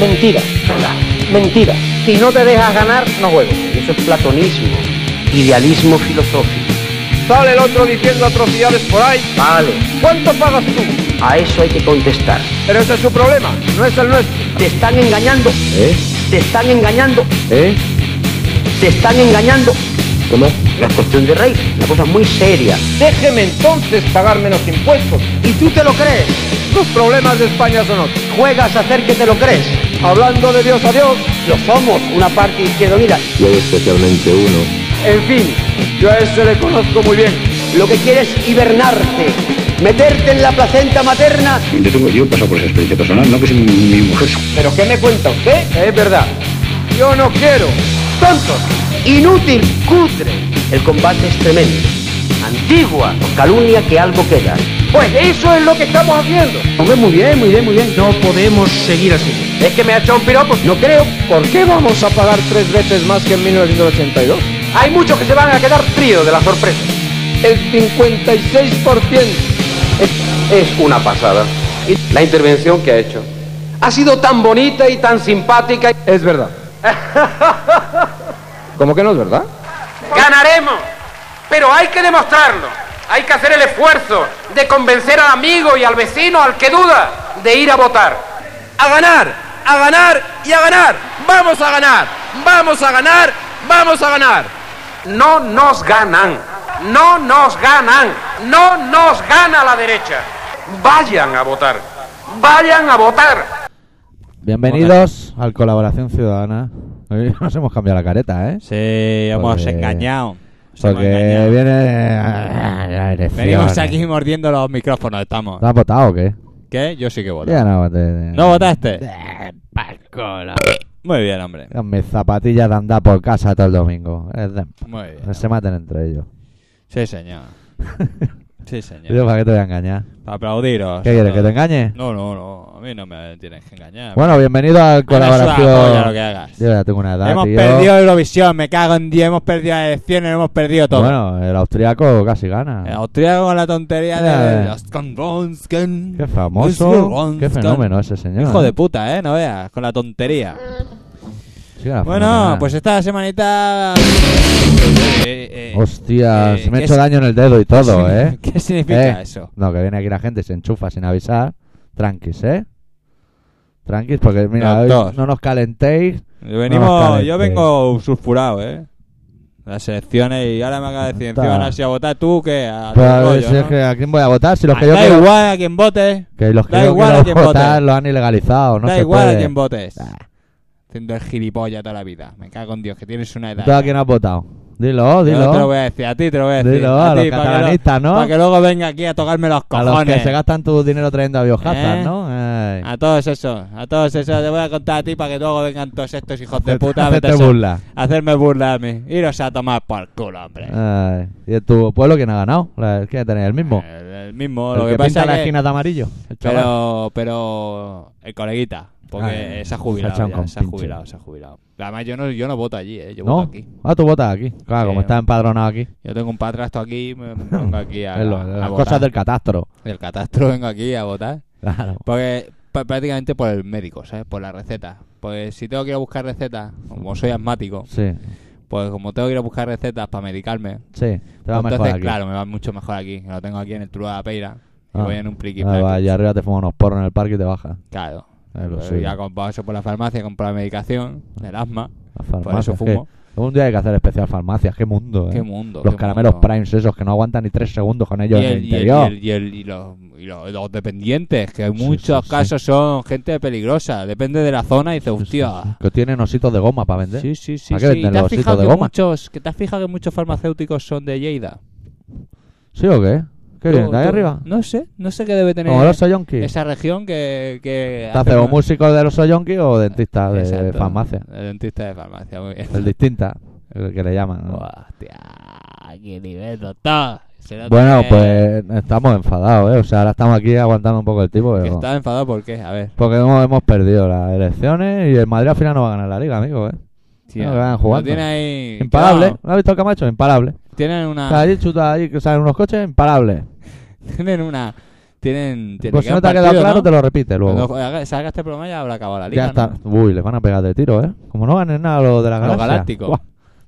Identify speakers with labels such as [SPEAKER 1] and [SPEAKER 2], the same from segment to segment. [SPEAKER 1] Mentira. Mentira. Si no te dejas ganar, no juegas.
[SPEAKER 2] Eso es platonismo, idealismo filosófico.
[SPEAKER 3] Sale el otro diciendo atrocidades por ahí.
[SPEAKER 2] Vale,
[SPEAKER 3] ¿Cuánto pagas tú?
[SPEAKER 2] a eso hay que contestar.
[SPEAKER 3] Pero ese es su problema, no es el nuestro.
[SPEAKER 2] Te están engañando,
[SPEAKER 4] ¿Eh?
[SPEAKER 2] te están engañando,
[SPEAKER 4] ¿Eh?
[SPEAKER 2] te están engañando.
[SPEAKER 4] ¿Cómo?
[SPEAKER 2] No es cuestión de rey, una cosa muy seria.
[SPEAKER 3] Déjeme entonces pagar menos impuestos.
[SPEAKER 1] ¿Y tú te lo crees?
[SPEAKER 3] Los problemas de España son otros.
[SPEAKER 1] Juegas a hacer que te lo crees.
[SPEAKER 3] Hablando de Dios a Dios,
[SPEAKER 1] Lo somos, una parte izquierda unida.
[SPEAKER 4] Y hay especialmente uno.
[SPEAKER 3] en fin, yo a ese le conozco muy bien.
[SPEAKER 1] Lo que quieres es hibernarte, meterte en la placenta materna.
[SPEAKER 5] Yo, tengo, yo he pasado por esa experiencia personal, no que si mi, mi mujer
[SPEAKER 3] ¿Pero qué me cuenta usted? Es verdad. Yo no quiero.
[SPEAKER 1] Tonto, inútil, cutre.
[SPEAKER 2] El combate es tremendo. Antigua, calumnia que algo queda.
[SPEAKER 3] Pues eso es lo que estamos haciendo.
[SPEAKER 1] Hombre, muy bien, muy bien, muy bien. No podemos seguir así.
[SPEAKER 3] Es que me ha echado un piropo. No creo. ¿Por qué vamos a pagar tres veces más que en 1982? Hay muchos que se van a quedar fríos de la sorpresa. El 56%.
[SPEAKER 6] Es una pasada. Y la intervención que ha hecho ha sido tan bonita y tan simpática.
[SPEAKER 3] Es verdad. ¿Cómo que no es verdad?
[SPEAKER 6] Ganaremos, pero hay que demostrarlo. Hay que hacer el esfuerzo de convencer al amigo y al vecino, al que duda, de ir a votar.
[SPEAKER 3] A ganar, a ganar y a ganar. Vamos a ganar, vamos a ganar, vamos a ganar.
[SPEAKER 6] No nos ganan, no nos ganan, no nos gana la derecha. Vayan a votar, vayan a votar.
[SPEAKER 7] Bienvenidos al Colaboración Ciudadana. Hoy nos hemos cambiado la careta, ¿eh?
[SPEAKER 8] Sí, hemos
[SPEAKER 7] Porque-
[SPEAKER 8] engañado. Os hemos
[SPEAKER 7] Porque
[SPEAKER 8] engañado.
[SPEAKER 7] viene ah, la elección.
[SPEAKER 8] Venimos aquí mordiendo los micrófonos, estamos.
[SPEAKER 7] ¿Te has votado o qué?
[SPEAKER 8] ¿Qué? Yo sí que voté.
[SPEAKER 7] Ya no voté.
[SPEAKER 8] ¿No votaste? Muy bien, hombre.
[SPEAKER 7] Con mis zapatillas de andar por casa todo el domingo. Es de-
[SPEAKER 8] Muy bien.
[SPEAKER 7] que Se maten entre ellos.
[SPEAKER 8] Sí, señor. Sí, señor.
[SPEAKER 7] Yo, ¿para qué te voy a engañar?
[SPEAKER 8] Para aplaudiros.
[SPEAKER 7] ¿Qué quieres, que te engañe?
[SPEAKER 8] No, no, no. A mí no me tienes que engañar.
[SPEAKER 7] Bueno, bienvenido al
[SPEAKER 8] A mí me suda la polla lo
[SPEAKER 7] Colaboración.
[SPEAKER 8] que hagas.
[SPEAKER 7] Yo ya tengo una edad,
[SPEAKER 8] hemos
[SPEAKER 7] tío.
[SPEAKER 8] perdido Eurovisión, me cago en 10. Hemos perdido las elecciones, hemos perdido todo. Eh,
[SPEAKER 7] Bueno, el austriaco casi gana.
[SPEAKER 8] El austríaco con la tontería
[SPEAKER 7] Eh.
[SPEAKER 8] de los Kanbonsken.
[SPEAKER 7] Qué
[SPEAKER 8] Los
[SPEAKER 7] famoso.
[SPEAKER 8] Kanbonsken.
[SPEAKER 7] Qué fenómeno ese señor.
[SPEAKER 8] Hijo
[SPEAKER 7] ¿eh?
[SPEAKER 8] de puta, eh, no veas, con la tontería.
[SPEAKER 7] Sí, era
[SPEAKER 8] Bueno,
[SPEAKER 7] fenomenal.
[SPEAKER 8] pues esta semanita. Eh, eh,
[SPEAKER 7] Hostia,
[SPEAKER 8] eh,
[SPEAKER 7] se me ha
[SPEAKER 8] ¿qué
[SPEAKER 7] hecho
[SPEAKER 8] es-
[SPEAKER 7] daño en el dedo y todo, ¿eh?
[SPEAKER 8] ¿Qué significa
[SPEAKER 7] Eh,
[SPEAKER 8] eso?
[SPEAKER 7] No, que viene aquí la gente, se enchufa sin avisar. Tranquis, ¿eh? Tranquis, porque mira, hoy
[SPEAKER 8] Doctor.
[SPEAKER 7] no nos calentéis.
[SPEAKER 8] Venimos,
[SPEAKER 7] calentéis.
[SPEAKER 8] yo vengo sulfurado, eh. Las elecciones y ahora me acaba de decir,
[SPEAKER 7] Está.
[SPEAKER 8] encima no, si a votar tú, que a
[SPEAKER 7] Pero Pues a ver
[SPEAKER 8] tu rollo,
[SPEAKER 7] si es
[SPEAKER 8] ¿no?
[SPEAKER 7] que a quién voy a votar, si los
[SPEAKER 8] Ah,
[SPEAKER 7] que yo
[SPEAKER 8] da
[SPEAKER 7] quiero,
[SPEAKER 8] igual a quien votes,
[SPEAKER 7] que los que
[SPEAKER 8] da
[SPEAKER 7] yo
[SPEAKER 8] igual
[SPEAKER 7] quiero
[SPEAKER 8] a quien vote.
[SPEAKER 7] votar los han ilegalizado, no
[SPEAKER 8] da
[SPEAKER 7] se
[SPEAKER 8] igual
[SPEAKER 7] puede.
[SPEAKER 8] a quien votes.
[SPEAKER 7] Ah.
[SPEAKER 8] Haciendo el gilipollas toda la vida. Me cago en Dios, que tienes una edad.
[SPEAKER 7] ¿Tú a quién has votado? Dilo,
[SPEAKER 8] Yo no te lo
[SPEAKER 7] dilo.
[SPEAKER 8] voy a decir, a ti te lo voy a decir.
[SPEAKER 7] Dilo, a
[SPEAKER 8] a
[SPEAKER 7] los
[SPEAKER 8] ti, para que,
[SPEAKER 7] catalanistas, ¿no?
[SPEAKER 8] para que luego venga aquí a tocarme los
[SPEAKER 7] A los
[SPEAKER 8] cojones.
[SPEAKER 7] que se gastan tu dinero trayendo a biohazard,
[SPEAKER 8] ¿Eh?
[SPEAKER 7] ¿no? Ay.
[SPEAKER 8] A todos esos, a todos esos, te voy a contar a ti para que luego vengan todos estos hijos de puta a
[SPEAKER 7] Hacerte
[SPEAKER 8] meterse-
[SPEAKER 7] burla.
[SPEAKER 8] a hacerme burla a mí. Iros a tomar por culo, hombre.
[SPEAKER 7] Ah, Ay. ¿Y en tu pueblo quién ha ganado? La- ¿Quién tenéis? ¿El mismo?
[SPEAKER 8] El, el mismo,
[SPEAKER 7] ¿El
[SPEAKER 8] Eh, lo
[SPEAKER 7] que,
[SPEAKER 8] que,
[SPEAKER 7] pinta
[SPEAKER 8] pasa
[SPEAKER 7] la
[SPEAKER 8] es que...
[SPEAKER 7] esquina de amarillo? El chaval.
[SPEAKER 8] Pero, pero, el coleguita, porque
[SPEAKER 7] Ay,
[SPEAKER 8] se ha
[SPEAKER 7] se ha
[SPEAKER 8] jubilado,
[SPEAKER 7] echado
[SPEAKER 8] ya,
[SPEAKER 7] un
[SPEAKER 8] se ha
[SPEAKER 7] pinche.
[SPEAKER 8] jubilado, se ha jubilado. Además, yo no, yo no voto allí, ¿eh? yo
[SPEAKER 7] ¿No?
[SPEAKER 8] voto aquí.
[SPEAKER 7] Ah, tú votas aquí. Claro,
[SPEAKER 8] Sí,
[SPEAKER 7] como está empadronado aquí.
[SPEAKER 8] Yo tengo un patrasto aquí, me me vengo aquí a,
[SPEAKER 7] Es lo-
[SPEAKER 8] a
[SPEAKER 7] las
[SPEAKER 8] votar.
[SPEAKER 7] cosas del catastro.
[SPEAKER 8] del catastro, vengo aquí a votar.
[SPEAKER 7] Claro.
[SPEAKER 8] Porque pa- prácticamente por el médico, ¿sabes? Por la receta. Pues si tengo que ir a buscar recetas, como soy asmático,
[SPEAKER 7] Sí,
[SPEAKER 8] pues como tengo que ir a buscar recetas para medicarme,
[SPEAKER 7] sí. Te va
[SPEAKER 8] entonces
[SPEAKER 7] mejor aquí.
[SPEAKER 8] claro, me va mucho mejor aquí. Lo tengo aquí en el Truda de Peira. y
[SPEAKER 7] Ah.
[SPEAKER 8] voy en un pliqui
[SPEAKER 7] Ah, va, y arriba te fuman unos porros en el parque y te baja.
[SPEAKER 8] Claro.
[SPEAKER 7] Es lo
[SPEAKER 8] Pues
[SPEAKER 7] suyo.
[SPEAKER 8] ya he comprado eso por la farmacia, he comprado la medicación, el asma.
[SPEAKER 7] Las
[SPEAKER 8] Por eso
[SPEAKER 7] farmacias,
[SPEAKER 8] fumo.
[SPEAKER 7] que- Un día hay que hacer especial farmacias. Qué mundo, ¿eh?
[SPEAKER 8] Qué mundo.
[SPEAKER 7] Los
[SPEAKER 8] qué
[SPEAKER 7] caramelos
[SPEAKER 8] mundo.
[SPEAKER 7] primes esos que no aguantan ni tres segundos con
[SPEAKER 8] Y
[SPEAKER 7] ellos en el
[SPEAKER 8] el- y el- y
[SPEAKER 7] interior.
[SPEAKER 8] el- y el- y los y los- los dependientes, que en
[SPEAKER 7] Sí,
[SPEAKER 8] muchos
[SPEAKER 7] sí, sí.
[SPEAKER 8] casos son gente peligrosa. Depende de la zona y dice, hostia,
[SPEAKER 7] Que tienen ositos de goma para vender.
[SPEAKER 8] Sí, sí, sí.
[SPEAKER 7] ¿Eh? ¿Para qué
[SPEAKER 8] sí.
[SPEAKER 7] venden
[SPEAKER 8] ¿Te has
[SPEAKER 7] los ositos
[SPEAKER 8] fijado
[SPEAKER 7] de
[SPEAKER 8] que
[SPEAKER 7] goma?
[SPEAKER 8] Muchos, que ¿Te has fijado que muchos farmacéuticos son de Lleida?
[SPEAKER 7] ¿Sí o qué? ¿Qué
[SPEAKER 8] Tú-
[SPEAKER 7] bien? ¿De ahí
[SPEAKER 8] tú-
[SPEAKER 7] arriba?
[SPEAKER 8] No sé, no sé qué debe tener
[SPEAKER 7] Como los yonkis.
[SPEAKER 8] esa región que... que
[SPEAKER 7] ¿Te hace
[SPEAKER 8] hace
[SPEAKER 7] o
[SPEAKER 8] una-
[SPEAKER 7] músico de los yonkis o dentista de
[SPEAKER 8] Exacto,
[SPEAKER 7] farmacia?
[SPEAKER 8] El dentista de farmacia, muy bien.
[SPEAKER 7] El distinta, el que le llaman. ¿no?
[SPEAKER 8] Hostia, qué nivel, doctor. Se nota
[SPEAKER 7] Bueno,
[SPEAKER 8] que-
[SPEAKER 7] pues estamos enfadados, ¿eh? O sea, ahora estamos aquí aguantando un poco el tipo,
[SPEAKER 8] Que
[SPEAKER 7] pero...
[SPEAKER 8] estás enfadado, ¿por qué? A ver.
[SPEAKER 7] Porque hemos, hemos perdido las elecciones y el Madrid al final no va a ganar la liga, amigo, ¿eh?
[SPEAKER 8] tío,
[SPEAKER 7] no, que van
[SPEAKER 8] lo
[SPEAKER 7] jugando.
[SPEAKER 8] tiene ahí...
[SPEAKER 7] Imparable.
[SPEAKER 8] Claro, Ah.
[SPEAKER 7] ¿No has visto el Camacho? Imparable.
[SPEAKER 8] tienen
[SPEAKER 7] Está
[SPEAKER 8] una...
[SPEAKER 7] allí, chuta allí, que salen unos coches, imparable.
[SPEAKER 8] Tienen una... tienen. tienen
[SPEAKER 7] Pues si
[SPEAKER 8] que
[SPEAKER 7] no
[SPEAKER 8] dar
[SPEAKER 7] te ha quedado
[SPEAKER 8] partido,
[SPEAKER 7] claro,
[SPEAKER 8] ¿no?
[SPEAKER 7] te lo repite luego.
[SPEAKER 8] Cuando haga- salga este programa ya habrá acabado la liga.
[SPEAKER 7] Ya
[SPEAKER 8] ¿no?
[SPEAKER 7] está. Uy, les van a pegar de tiro, ¿eh? Como no ganen nada lo de la
[SPEAKER 8] Lo
[SPEAKER 7] galaxia.
[SPEAKER 8] galáctico.
[SPEAKER 7] Buah,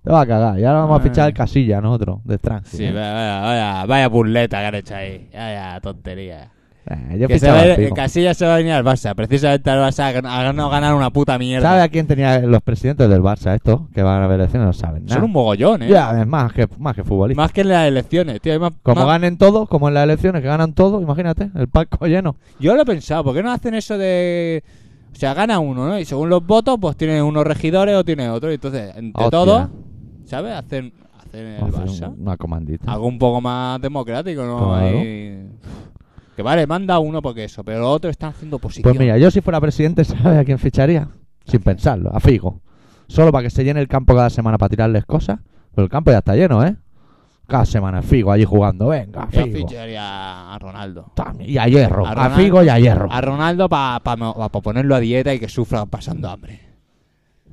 [SPEAKER 7] te va a cagar. Y ahora vamos a fichar
[SPEAKER 8] Ay.
[SPEAKER 7] el casilla nosotros, de ¿eh? Strange.
[SPEAKER 8] Sí, vaya, vaya, vaya, vaya burleta que han hecho ahí. Vaya tontería.
[SPEAKER 7] Eh, yo
[SPEAKER 8] que se
[SPEAKER 7] fichaba
[SPEAKER 8] va a
[SPEAKER 7] al
[SPEAKER 8] ir-
[SPEAKER 7] pico.
[SPEAKER 8] Casillas se va a venir al Barça. Precisamente al Barça a gan- a no ganar una puta mierda.
[SPEAKER 7] ¿Sabe a quién tenía los presidentes del Barça estos que van a ver elecciones? No saben nada.
[SPEAKER 8] Son un mogollón, ¿eh?
[SPEAKER 7] Ya, es más que, más que futbolista.
[SPEAKER 8] Más que en las elecciones, tío. hay más-
[SPEAKER 7] Como
[SPEAKER 8] más-
[SPEAKER 7] ganen todos, como en las elecciones que ganan todos, imagínate, el palco lleno.
[SPEAKER 8] Yo lo he pensado. ¿Por qué no hacen eso de... O sea, gana uno, ¿no? Y según los votos, pues tiene unos regidores o tiene otro. Y entonces, entre
[SPEAKER 7] Hostia.
[SPEAKER 8] todos, ¿sabes? Hacen, hacen el
[SPEAKER 7] Hacer un-
[SPEAKER 8] Barça.
[SPEAKER 7] una comandita.
[SPEAKER 8] Algo un poco más democrático, ¿no?
[SPEAKER 7] Claro.
[SPEAKER 8] Ahí- Que vale, manda uno porque eso, pero los otros están haciendo oposición.
[SPEAKER 7] Pues mira, yo si fuera presidente, ¿sabes a quién ficharía? Sin pensarlo, a Figo. Solo para que se llene el campo cada semana para tirarles cosas. Pero el campo ya está lleno, ¿eh? Cada semana Figo allí jugando. Venga,
[SPEAKER 8] Yo
[SPEAKER 7] Figo.
[SPEAKER 8] ficharía a Ronaldo.
[SPEAKER 7] Tam- Y a hierro.
[SPEAKER 8] A
[SPEAKER 7] A,
[SPEAKER 8] Ronaldo-
[SPEAKER 7] Figo y a hierro.
[SPEAKER 8] A Ronaldo para ponerlo a dieta y que sufra pasando hambre.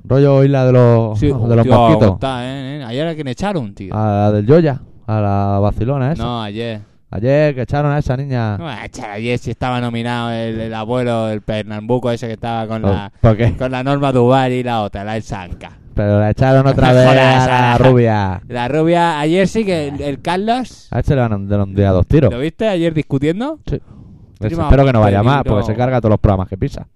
[SPEAKER 7] Rollo hoy la de los,
[SPEAKER 8] Sí,
[SPEAKER 7] Oh, de los
[SPEAKER 8] tío,
[SPEAKER 7] mosquitos. Ah,
[SPEAKER 8] aguantá, ¿eh? Ayer a quien echaron, tío.
[SPEAKER 7] A la del Yoya. A la Barcelona esa.
[SPEAKER 8] no, ayer.
[SPEAKER 7] Ayer que echaron a esa niña.
[SPEAKER 8] No, a echar ayer si estaba nominado el, el abuelo, el Pernambuco ese que estaba con la
[SPEAKER 7] Pues, ¿Por qué?
[SPEAKER 8] con la Norma Duval y la otra, la El Sanca.
[SPEAKER 7] Pero la echaron otra
[SPEAKER 8] Joder,
[SPEAKER 7] vez a
[SPEAKER 8] esa-
[SPEAKER 7] la rubia.
[SPEAKER 8] La rubia, ayer sí que el, el Carlos,
[SPEAKER 7] A este le van a día dos tiros.
[SPEAKER 8] ¿lo viste ayer discutiendo?
[SPEAKER 7] Les
[SPEAKER 8] Prima,
[SPEAKER 7] espero que no vaya más,
[SPEAKER 8] peligro.
[SPEAKER 7] porque se carga todos los programas que pisa.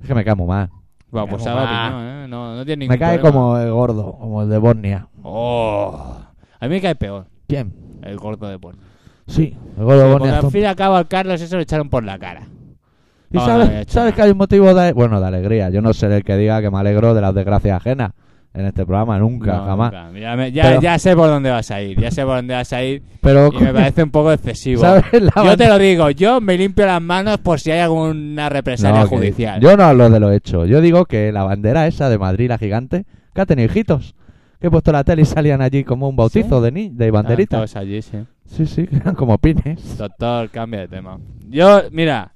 [SPEAKER 7] Es que me cae muy mal.
[SPEAKER 8] Bueno,
[SPEAKER 7] Vamos,
[SPEAKER 8] pues sabe
[SPEAKER 7] va.
[SPEAKER 8] opinión, ¿eh? no, no tiene ningún
[SPEAKER 7] Me cae
[SPEAKER 8] problema.
[SPEAKER 7] como el gordo, como el de Bosnia.
[SPEAKER 8] Oh, a mí me cae peor
[SPEAKER 7] ¿Quién?
[SPEAKER 8] el gordo de porno.
[SPEAKER 7] Sí, el gordo de
[SPEAKER 8] Porque
[SPEAKER 7] Bosnia.
[SPEAKER 8] al
[SPEAKER 7] tonto.
[SPEAKER 8] fin y al cabo al Carlos eso lo echaron por la cara.
[SPEAKER 7] ¿Y
[SPEAKER 8] no,
[SPEAKER 7] sabes,
[SPEAKER 8] no, ya está.
[SPEAKER 7] sabes que hay un motivo de... Bueno, de alegría. Yo no seré el que diga que me alegro de las desgracias ajenas en este programa, nunca,
[SPEAKER 8] No,
[SPEAKER 7] jamás.
[SPEAKER 8] nunca. Ya, me- ya-
[SPEAKER 7] Pero-
[SPEAKER 8] ya sé por dónde vas a ir, ya sé por dónde vas a ir
[SPEAKER 7] Pero...
[SPEAKER 8] y me parece un poco excesivo.
[SPEAKER 7] ¿sabes? La
[SPEAKER 8] Yo te
[SPEAKER 7] banda-
[SPEAKER 8] lo digo, yo me limpio las manos por si hay alguna represalia
[SPEAKER 7] No, que-
[SPEAKER 8] judicial.
[SPEAKER 7] Yo no hablo de lo hecho. Yo digo que la bandera esa de Madrid, la gigante, que ha tenido hijitos. Que he puesto la tele y salían allí como un bautizo de, ni de
[SPEAKER 8] Estaban
[SPEAKER 7] banderitas.
[SPEAKER 8] todos allí, sí.
[SPEAKER 7] Sí, sí, que eran como pines.
[SPEAKER 8] Doctor, cambia de tema. Yo, mira,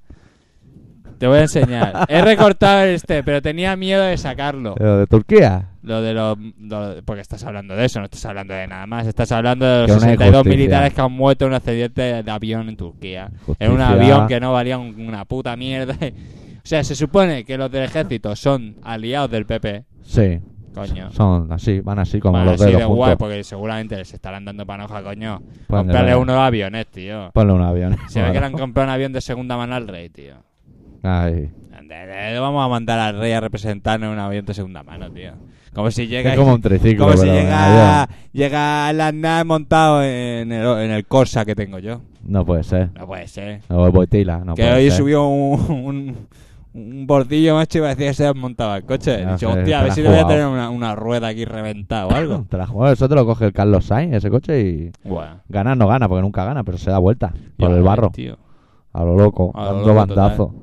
[SPEAKER 8] te voy a enseñar. He recortado este, pero tenía miedo de sacarlo.
[SPEAKER 7] Pero de Turquía.
[SPEAKER 8] Lo de los. lo- porque estás hablando de eso, no estás hablando de nada más. Estás hablando de los
[SPEAKER 7] Que una
[SPEAKER 8] 62
[SPEAKER 7] injusticia.
[SPEAKER 8] militares que han muerto en un accidente de avión en Turquía. En un
[SPEAKER 7] Justicia.
[SPEAKER 8] avión que no valía un- una puta mierda. O sea, se supone que los del ejército son aliados del PP.
[SPEAKER 7] Sí.
[SPEAKER 8] Coño.
[SPEAKER 7] Son así, van así como
[SPEAKER 8] Bueno,
[SPEAKER 7] los
[SPEAKER 8] así
[SPEAKER 7] dedos
[SPEAKER 8] de
[SPEAKER 7] juntos. Pues
[SPEAKER 8] guay, porque seguramente les estarán dando panoja, coño.
[SPEAKER 7] Ponle,
[SPEAKER 8] Comprarle
[SPEAKER 7] vale.
[SPEAKER 8] unos aviones, tío.
[SPEAKER 7] Ponle un avión.
[SPEAKER 8] Se ve que le han comprado un avión de segunda mano al rey, tío.
[SPEAKER 7] Ay.
[SPEAKER 8] Ande- Le vamos a mandar al rey a representarnos en un avión de segunda mano, tío. Como si llega.
[SPEAKER 7] Es como un triciclo,
[SPEAKER 8] como si
[SPEAKER 7] pero en
[SPEAKER 8] llega,
[SPEAKER 7] avión.
[SPEAKER 8] llega la nave montado en el, en el Corsa que tengo yo.
[SPEAKER 7] No puede ser.
[SPEAKER 8] No puede ser.
[SPEAKER 7] O el Boitila, no
[SPEAKER 8] que
[SPEAKER 7] puede
[SPEAKER 8] hoy
[SPEAKER 7] ser.
[SPEAKER 8] subió un, un, un bordillo, macho, y parecía que se desmontaba el coche. He
[SPEAKER 7] No
[SPEAKER 8] dicho,
[SPEAKER 7] sé,
[SPEAKER 8] hostia, a
[SPEAKER 7] te
[SPEAKER 8] ver
[SPEAKER 7] la
[SPEAKER 8] si
[SPEAKER 7] has
[SPEAKER 8] le voy a
[SPEAKER 7] jugado".
[SPEAKER 8] tener una, una rueda aquí reventada o algo.
[SPEAKER 7] Te la juego, eso te lo coge el Carlos Sainz, ese coche, y
[SPEAKER 8] Bueno,
[SPEAKER 7] ganar no gana, porque nunca gana, pero se da vuelta por
[SPEAKER 8] ya,
[SPEAKER 7] el barro.
[SPEAKER 8] tío.
[SPEAKER 7] A lo loco,
[SPEAKER 8] A lo
[SPEAKER 7] dando
[SPEAKER 8] loco,
[SPEAKER 7] bandazo.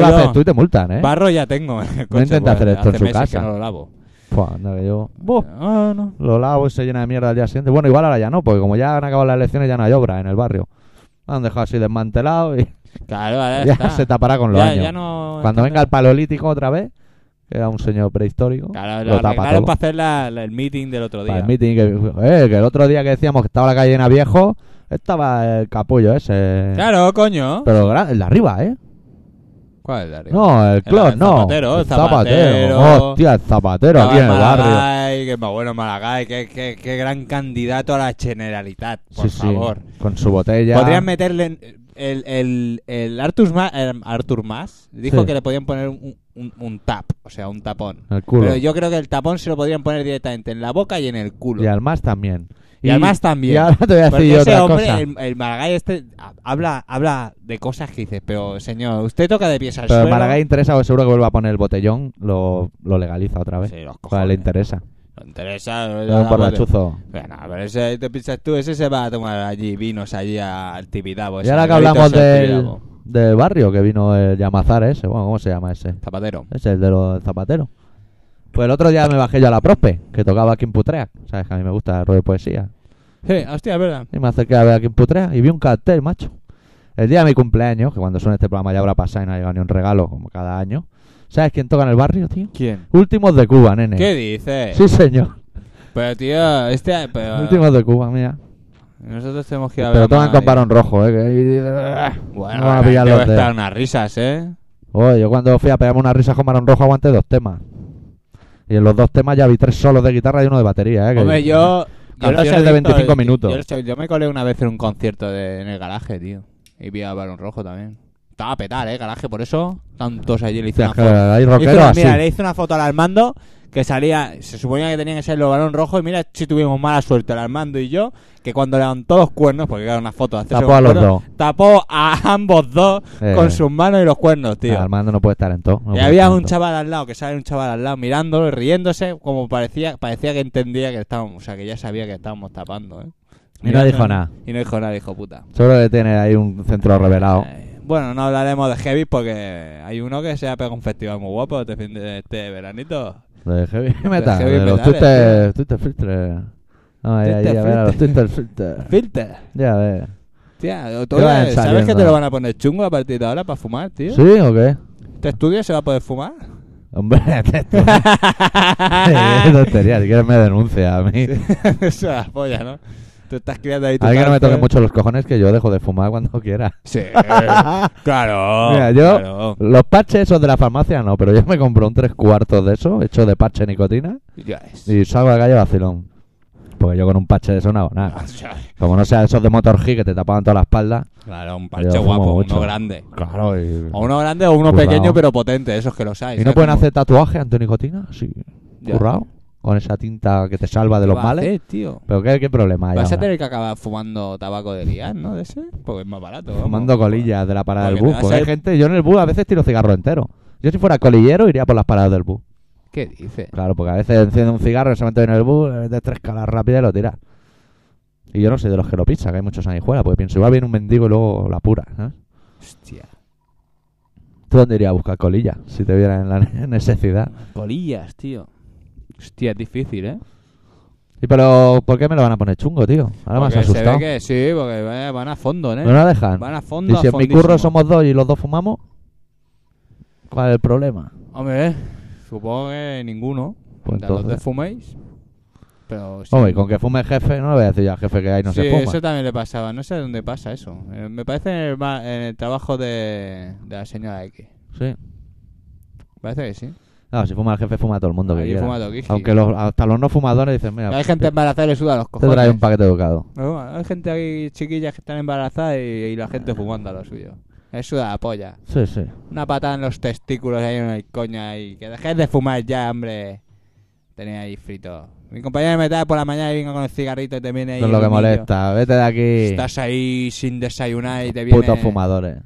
[SPEAKER 7] eso
[SPEAKER 8] yo-
[SPEAKER 7] lo haces tú y te multan, ¿eh?
[SPEAKER 8] Barro ya tengo. en el coche,
[SPEAKER 7] intenta
[SPEAKER 8] pues,
[SPEAKER 7] hacer esto en
[SPEAKER 8] hace
[SPEAKER 7] su
[SPEAKER 8] meses
[SPEAKER 7] casa. Oh.
[SPEAKER 8] Que no lo lavo.
[SPEAKER 7] Buah, anda que yo... Buh,
[SPEAKER 8] Ah, no.
[SPEAKER 7] lo lavo y se llena de mierda al día siguiente. Bueno, igual ahora ya no, porque como ya han acabado las elecciones, ya no hay obra en el barrio. Han dejado así desmantelado y
[SPEAKER 8] Claro, ahora
[SPEAKER 7] ya
[SPEAKER 8] está.
[SPEAKER 7] se tapará con los
[SPEAKER 8] Ya-
[SPEAKER 7] años.
[SPEAKER 8] ya no-
[SPEAKER 7] Cuando venga el paleolítico otra vez, que era un señor prehistórico,
[SPEAKER 8] Claro,
[SPEAKER 7] lo
[SPEAKER 8] lo
[SPEAKER 7] tapa
[SPEAKER 8] arreglaron
[SPEAKER 7] todo.
[SPEAKER 8] para hacer la- la- el meeting del otro
[SPEAKER 7] Para
[SPEAKER 8] día.
[SPEAKER 7] el meeting que, eh, que el otro día que decíamos que estaba la calle llena de viejo, estaba el capullo ese.
[SPEAKER 8] Claro, coño.
[SPEAKER 7] Pero gran- el de arriba, ¿eh?
[SPEAKER 8] ¿Cuál es el de arriba?
[SPEAKER 7] No, el clon,
[SPEAKER 8] el
[SPEAKER 7] no.
[SPEAKER 8] zapatero, el zapatero.
[SPEAKER 7] Hostia, el zapatero aquí en el barrio.
[SPEAKER 8] Ay, qué más bueno Malagay, qué, qué- qué gran candidato a la Generalitat, por
[SPEAKER 7] sí, sí.
[SPEAKER 8] favor.
[SPEAKER 7] Con su botella.
[SPEAKER 8] Podrían meterle en- el, el, el Artur Ma- el Artur Mas dijo
[SPEAKER 7] Sí.
[SPEAKER 8] que le podían poner un, un, un tap, o sea, un tapón.
[SPEAKER 7] El culo.
[SPEAKER 8] Pero yo creo que el tapón se lo podrían poner directamente en la boca y en el culo.
[SPEAKER 7] Y al más también.
[SPEAKER 8] Y, además también.
[SPEAKER 7] Y ahora te voy a
[SPEAKER 8] Porque
[SPEAKER 7] decir yo
[SPEAKER 8] ese
[SPEAKER 7] otra
[SPEAKER 8] hombre,
[SPEAKER 7] cosa.
[SPEAKER 8] El, el Maragall este ha- habla, habla de cosas que dices, pero señor, usted toca de pies al
[SPEAKER 7] Pero el
[SPEAKER 8] suelo.
[SPEAKER 7] Maragall interesa, pues seguro que vuelva a poner el botellón, lo, lo legaliza otra vez.
[SPEAKER 8] Sí, los
[SPEAKER 7] Pues le
[SPEAKER 8] cojones.
[SPEAKER 7] interesa.
[SPEAKER 8] No interesa. no le
[SPEAKER 7] Es un
[SPEAKER 8] da
[SPEAKER 7] borrachuzo.
[SPEAKER 8] bote. Bueno, pero ese te piensas tú, ese se va a tomar allí vinos allí a- al Tibidabo.
[SPEAKER 7] Y ahora que hablamos del, del barrio que vino el Yamazar ese, bueno, ¿cómo se llama ese?
[SPEAKER 8] Zapatero.
[SPEAKER 7] Ese, el de los zapateros. Pues el otro día me bajé yo a la Prospe, que tocaba aquí en Putrea. Sabes que a mí me gusta el rollo de poesía.
[SPEAKER 8] Sí, hostia, es verdad.
[SPEAKER 7] Y me acerqué a ver aquí en Putrea y vi un cartel, macho. El día de mi cumpleaños, que cuando suene este programa ya habrá pasado y no ha llegado ni un regalo, como cada año. ¿Sabes quién toca en el barrio, tío?
[SPEAKER 8] ¿Quién?
[SPEAKER 7] Últimos de Cuba, nene.
[SPEAKER 8] ¿Qué dices?
[SPEAKER 7] Sí, señor.
[SPEAKER 8] Pero tío, este. Pero,
[SPEAKER 7] Últimos de Cuba, mira.
[SPEAKER 8] Nosotros tenemos que ir a ver
[SPEAKER 7] Pero
[SPEAKER 8] a
[SPEAKER 7] toman con
[SPEAKER 8] Madrid.
[SPEAKER 7] varón rojo, ¿eh? que-
[SPEAKER 8] Ah, Bueno,
[SPEAKER 7] "Ah, no van a pillar
[SPEAKER 8] te
[SPEAKER 7] los
[SPEAKER 8] voy a estar
[SPEAKER 7] dedos.
[SPEAKER 8] unas risas, ¿eh?
[SPEAKER 7] Oye, yo cuando fui a pegarme una risa con varón rojo aguanté dos temas. Y en los dos temas ya vi tres solos de guitarra y uno de batería, ¿eh? que-
[SPEAKER 8] Hombre, yo. yo los he
[SPEAKER 7] Canciones de
[SPEAKER 8] visto-
[SPEAKER 7] 25
[SPEAKER 8] yo-
[SPEAKER 7] minutos.
[SPEAKER 8] Yo, los he- yo me colé una vez en un concierto de- en el garaje, tío. Y vi a Balón Rojo también. Estaba a petar, ¿eh? Garaje, por eso. Tantos allí le hice
[SPEAKER 7] Hostia,
[SPEAKER 8] una
[SPEAKER 7] es que
[SPEAKER 8] foto.
[SPEAKER 7] hay
[SPEAKER 8] Le hice una-
[SPEAKER 7] rockeros así.
[SPEAKER 8] mira, le hice una foto al Armando que salía. Se suponía que tenían que ser los Balón Rojo. Y mira si tuvimos mala suerte, el Armando y yo. Que cuando levantó los cuernos, porque era una foto de hacerse
[SPEAKER 7] Tapó
[SPEAKER 8] con
[SPEAKER 7] a los
[SPEAKER 8] cuernos,
[SPEAKER 7] dos.
[SPEAKER 8] Tapó a ambos dos
[SPEAKER 7] Eh.
[SPEAKER 8] con sus manos y los cuernos, tío.
[SPEAKER 7] Armando no puede estar en todo. no
[SPEAKER 8] Y
[SPEAKER 7] puede
[SPEAKER 8] Eh, había
[SPEAKER 7] estar en
[SPEAKER 8] un
[SPEAKER 7] todo.
[SPEAKER 8] chaval al lado, que sale un chaval al lado mirándolo, y riéndose, como parecía, parecía que entendía que estábamos, o sea, que ya sabía que estábamos tapando, ¿eh?
[SPEAKER 7] Y no dijo
[SPEAKER 8] Mirándolo,
[SPEAKER 7] nada.
[SPEAKER 8] Y no dijo nada, hijo puta.
[SPEAKER 7] Solo de tener ahí un centro revelado.
[SPEAKER 8] Eh, bueno, no hablaremos de Heavy porque hay uno que se ha pegado un festival muy guapo este, fin de- este veranito.
[SPEAKER 7] De heavy metal.
[SPEAKER 8] heavy
[SPEAKER 7] De, los
[SPEAKER 8] metal, eh,
[SPEAKER 7] Twister, Twister Filter. No, ahí, ahí,
[SPEAKER 8] Twister
[SPEAKER 7] a ver, a los
[SPEAKER 8] Filter.
[SPEAKER 7] Twister Filter.
[SPEAKER 8] Filter.
[SPEAKER 7] Ya, a ver.
[SPEAKER 8] Tía, tú
[SPEAKER 7] Que vayan
[SPEAKER 8] sabes que
[SPEAKER 7] saliendo.
[SPEAKER 8] te lo van a poner chungo a partir de ahora para fumar, tío.
[SPEAKER 7] ¿Sí o qué?
[SPEAKER 8] ¿Este estudio se va a poder fumar?
[SPEAKER 7] Hombre, esto es Eh, tontería. Si quieres me denuncia a mí.
[SPEAKER 8] Eso es la polla, ¿no? Tú estás criando ahí tu
[SPEAKER 7] A mí que no me
[SPEAKER 8] cáncer.
[SPEAKER 7] toquen mucho los cojones que yo dejo de fumar cuando quiera.
[SPEAKER 8] Sí, claro.
[SPEAKER 7] Mira, yo
[SPEAKER 8] Oh, claro.
[SPEAKER 7] los parches esos de la farmacia no, pero yo me compro un tres cuartos de eso, hecho de parche nicotina,
[SPEAKER 8] Ya es.
[SPEAKER 7] y salgo a la calle vacilón. Porque yo con un parche de eso no hago nada. Como no sea esos de Motor G que te tapaban toda la espalda.
[SPEAKER 8] Claro, un parche
[SPEAKER 7] Yo fumo
[SPEAKER 8] guapo,
[SPEAKER 7] mucho.
[SPEAKER 8] uno grande.
[SPEAKER 7] Claro, y...
[SPEAKER 8] O uno grande o uno
[SPEAKER 7] Currao.
[SPEAKER 8] pequeño pero potente, esos que los hay.
[SPEAKER 7] ¿Y no
[SPEAKER 8] ¿sabes?
[SPEAKER 7] pueden
[SPEAKER 8] Como-
[SPEAKER 7] hacer tatuajes ante nicotina? Sí.
[SPEAKER 8] Ya.
[SPEAKER 7] Currao. Con esa tinta que te salva de
[SPEAKER 8] ¿Qué
[SPEAKER 7] los
[SPEAKER 8] vas a
[SPEAKER 7] males.
[SPEAKER 8] hacer, tío?
[SPEAKER 7] Pero qué, qué problema hay
[SPEAKER 8] Vas a
[SPEAKER 7] ahora?
[SPEAKER 8] tener que acabar fumando tabaco de liar, ¿no? De ese, porque es más barato. vamos.
[SPEAKER 7] Fumando colillas de la parada
[SPEAKER 8] Porque
[SPEAKER 7] del bus.
[SPEAKER 8] te vas
[SPEAKER 7] Porque
[SPEAKER 8] a
[SPEAKER 7] hay
[SPEAKER 8] ir-
[SPEAKER 7] gente, yo en el bus a veces tiro cigarro entero. Yo si fuera colillero iría por las paradas del bus.
[SPEAKER 8] ¿Qué dices?
[SPEAKER 7] Claro, porque a veces enciende un cigarro y se mete en el bus, eh, de tres calas rápidas y lo tira. Y yo no soy de los que lo pisa, que hay muchos sanguijuelas, porque pienso, igual viene un mendigo y luego la pura. ¿sabes?
[SPEAKER 8] Hostia.
[SPEAKER 7] ¿Tú dónde irías a buscar colillas si te vieran en la necesidad?
[SPEAKER 8] Colillas, tío. Hostia, es difícil, ¿eh?
[SPEAKER 7] Sí, pero ¿por qué me lo van a poner chungo, tío? Ahora me has
[SPEAKER 8] Porque se ve
[SPEAKER 7] asustado.
[SPEAKER 8] que sí, porque eh, van a fondo, ¿eh?
[SPEAKER 7] No lo dejan.
[SPEAKER 8] Van a fondo,
[SPEAKER 7] Y
[SPEAKER 8] a
[SPEAKER 7] si en mi curro
[SPEAKER 8] fondísimo.
[SPEAKER 7] somos dos y los dos fumamos, ¿cuál es el problema?
[SPEAKER 8] Hombre, eh, supongo que ninguno.
[SPEAKER 7] Pues
[SPEAKER 8] de los
[SPEAKER 7] entonces.
[SPEAKER 8] dos fuméis. Pero sí.
[SPEAKER 7] Hombre, y con que fume el jefe, no le voy a decir yo al jefe que ahí no
[SPEAKER 8] sí,
[SPEAKER 7] se fuma.
[SPEAKER 8] eso también le pasaba. No sé dónde pasa eso. Eh, Me parece en el, ma- en el trabajo de, de la señora X.
[SPEAKER 7] Sí.
[SPEAKER 8] Parece que sí.
[SPEAKER 7] No, si fuma el jefe, fuma todo el mundo que
[SPEAKER 8] Ahí
[SPEAKER 7] quiera.
[SPEAKER 8] fuma todo Kiki.
[SPEAKER 7] Aunque los, hasta los no fumadores dicen, mira,
[SPEAKER 8] hay gente embarazada y le suda los
[SPEAKER 7] Ah, te trae
[SPEAKER 8] cojones.
[SPEAKER 7] un paquete de educado.
[SPEAKER 8] No, hay gente aquí, chiquillas, que están embarazadas y, y la gente fumando a lo suyo. Es suda la polla.
[SPEAKER 7] Sí, sí.
[SPEAKER 8] Una patada en los testículos ahí en el coño ahí. Que dejéis de fumar ya, hombre. Tenéis ahí frito. Mi compañero de metal por la mañana y venga con el cigarrito y te viene ahí.
[SPEAKER 7] Eso es lo
[SPEAKER 8] el
[SPEAKER 7] que
[SPEAKER 8] niño.
[SPEAKER 7] molesta. Vete de aquí,
[SPEAKER 8] Estás ahí sin desayunar y te viene.
[SPEAKER 7] putos fumadores.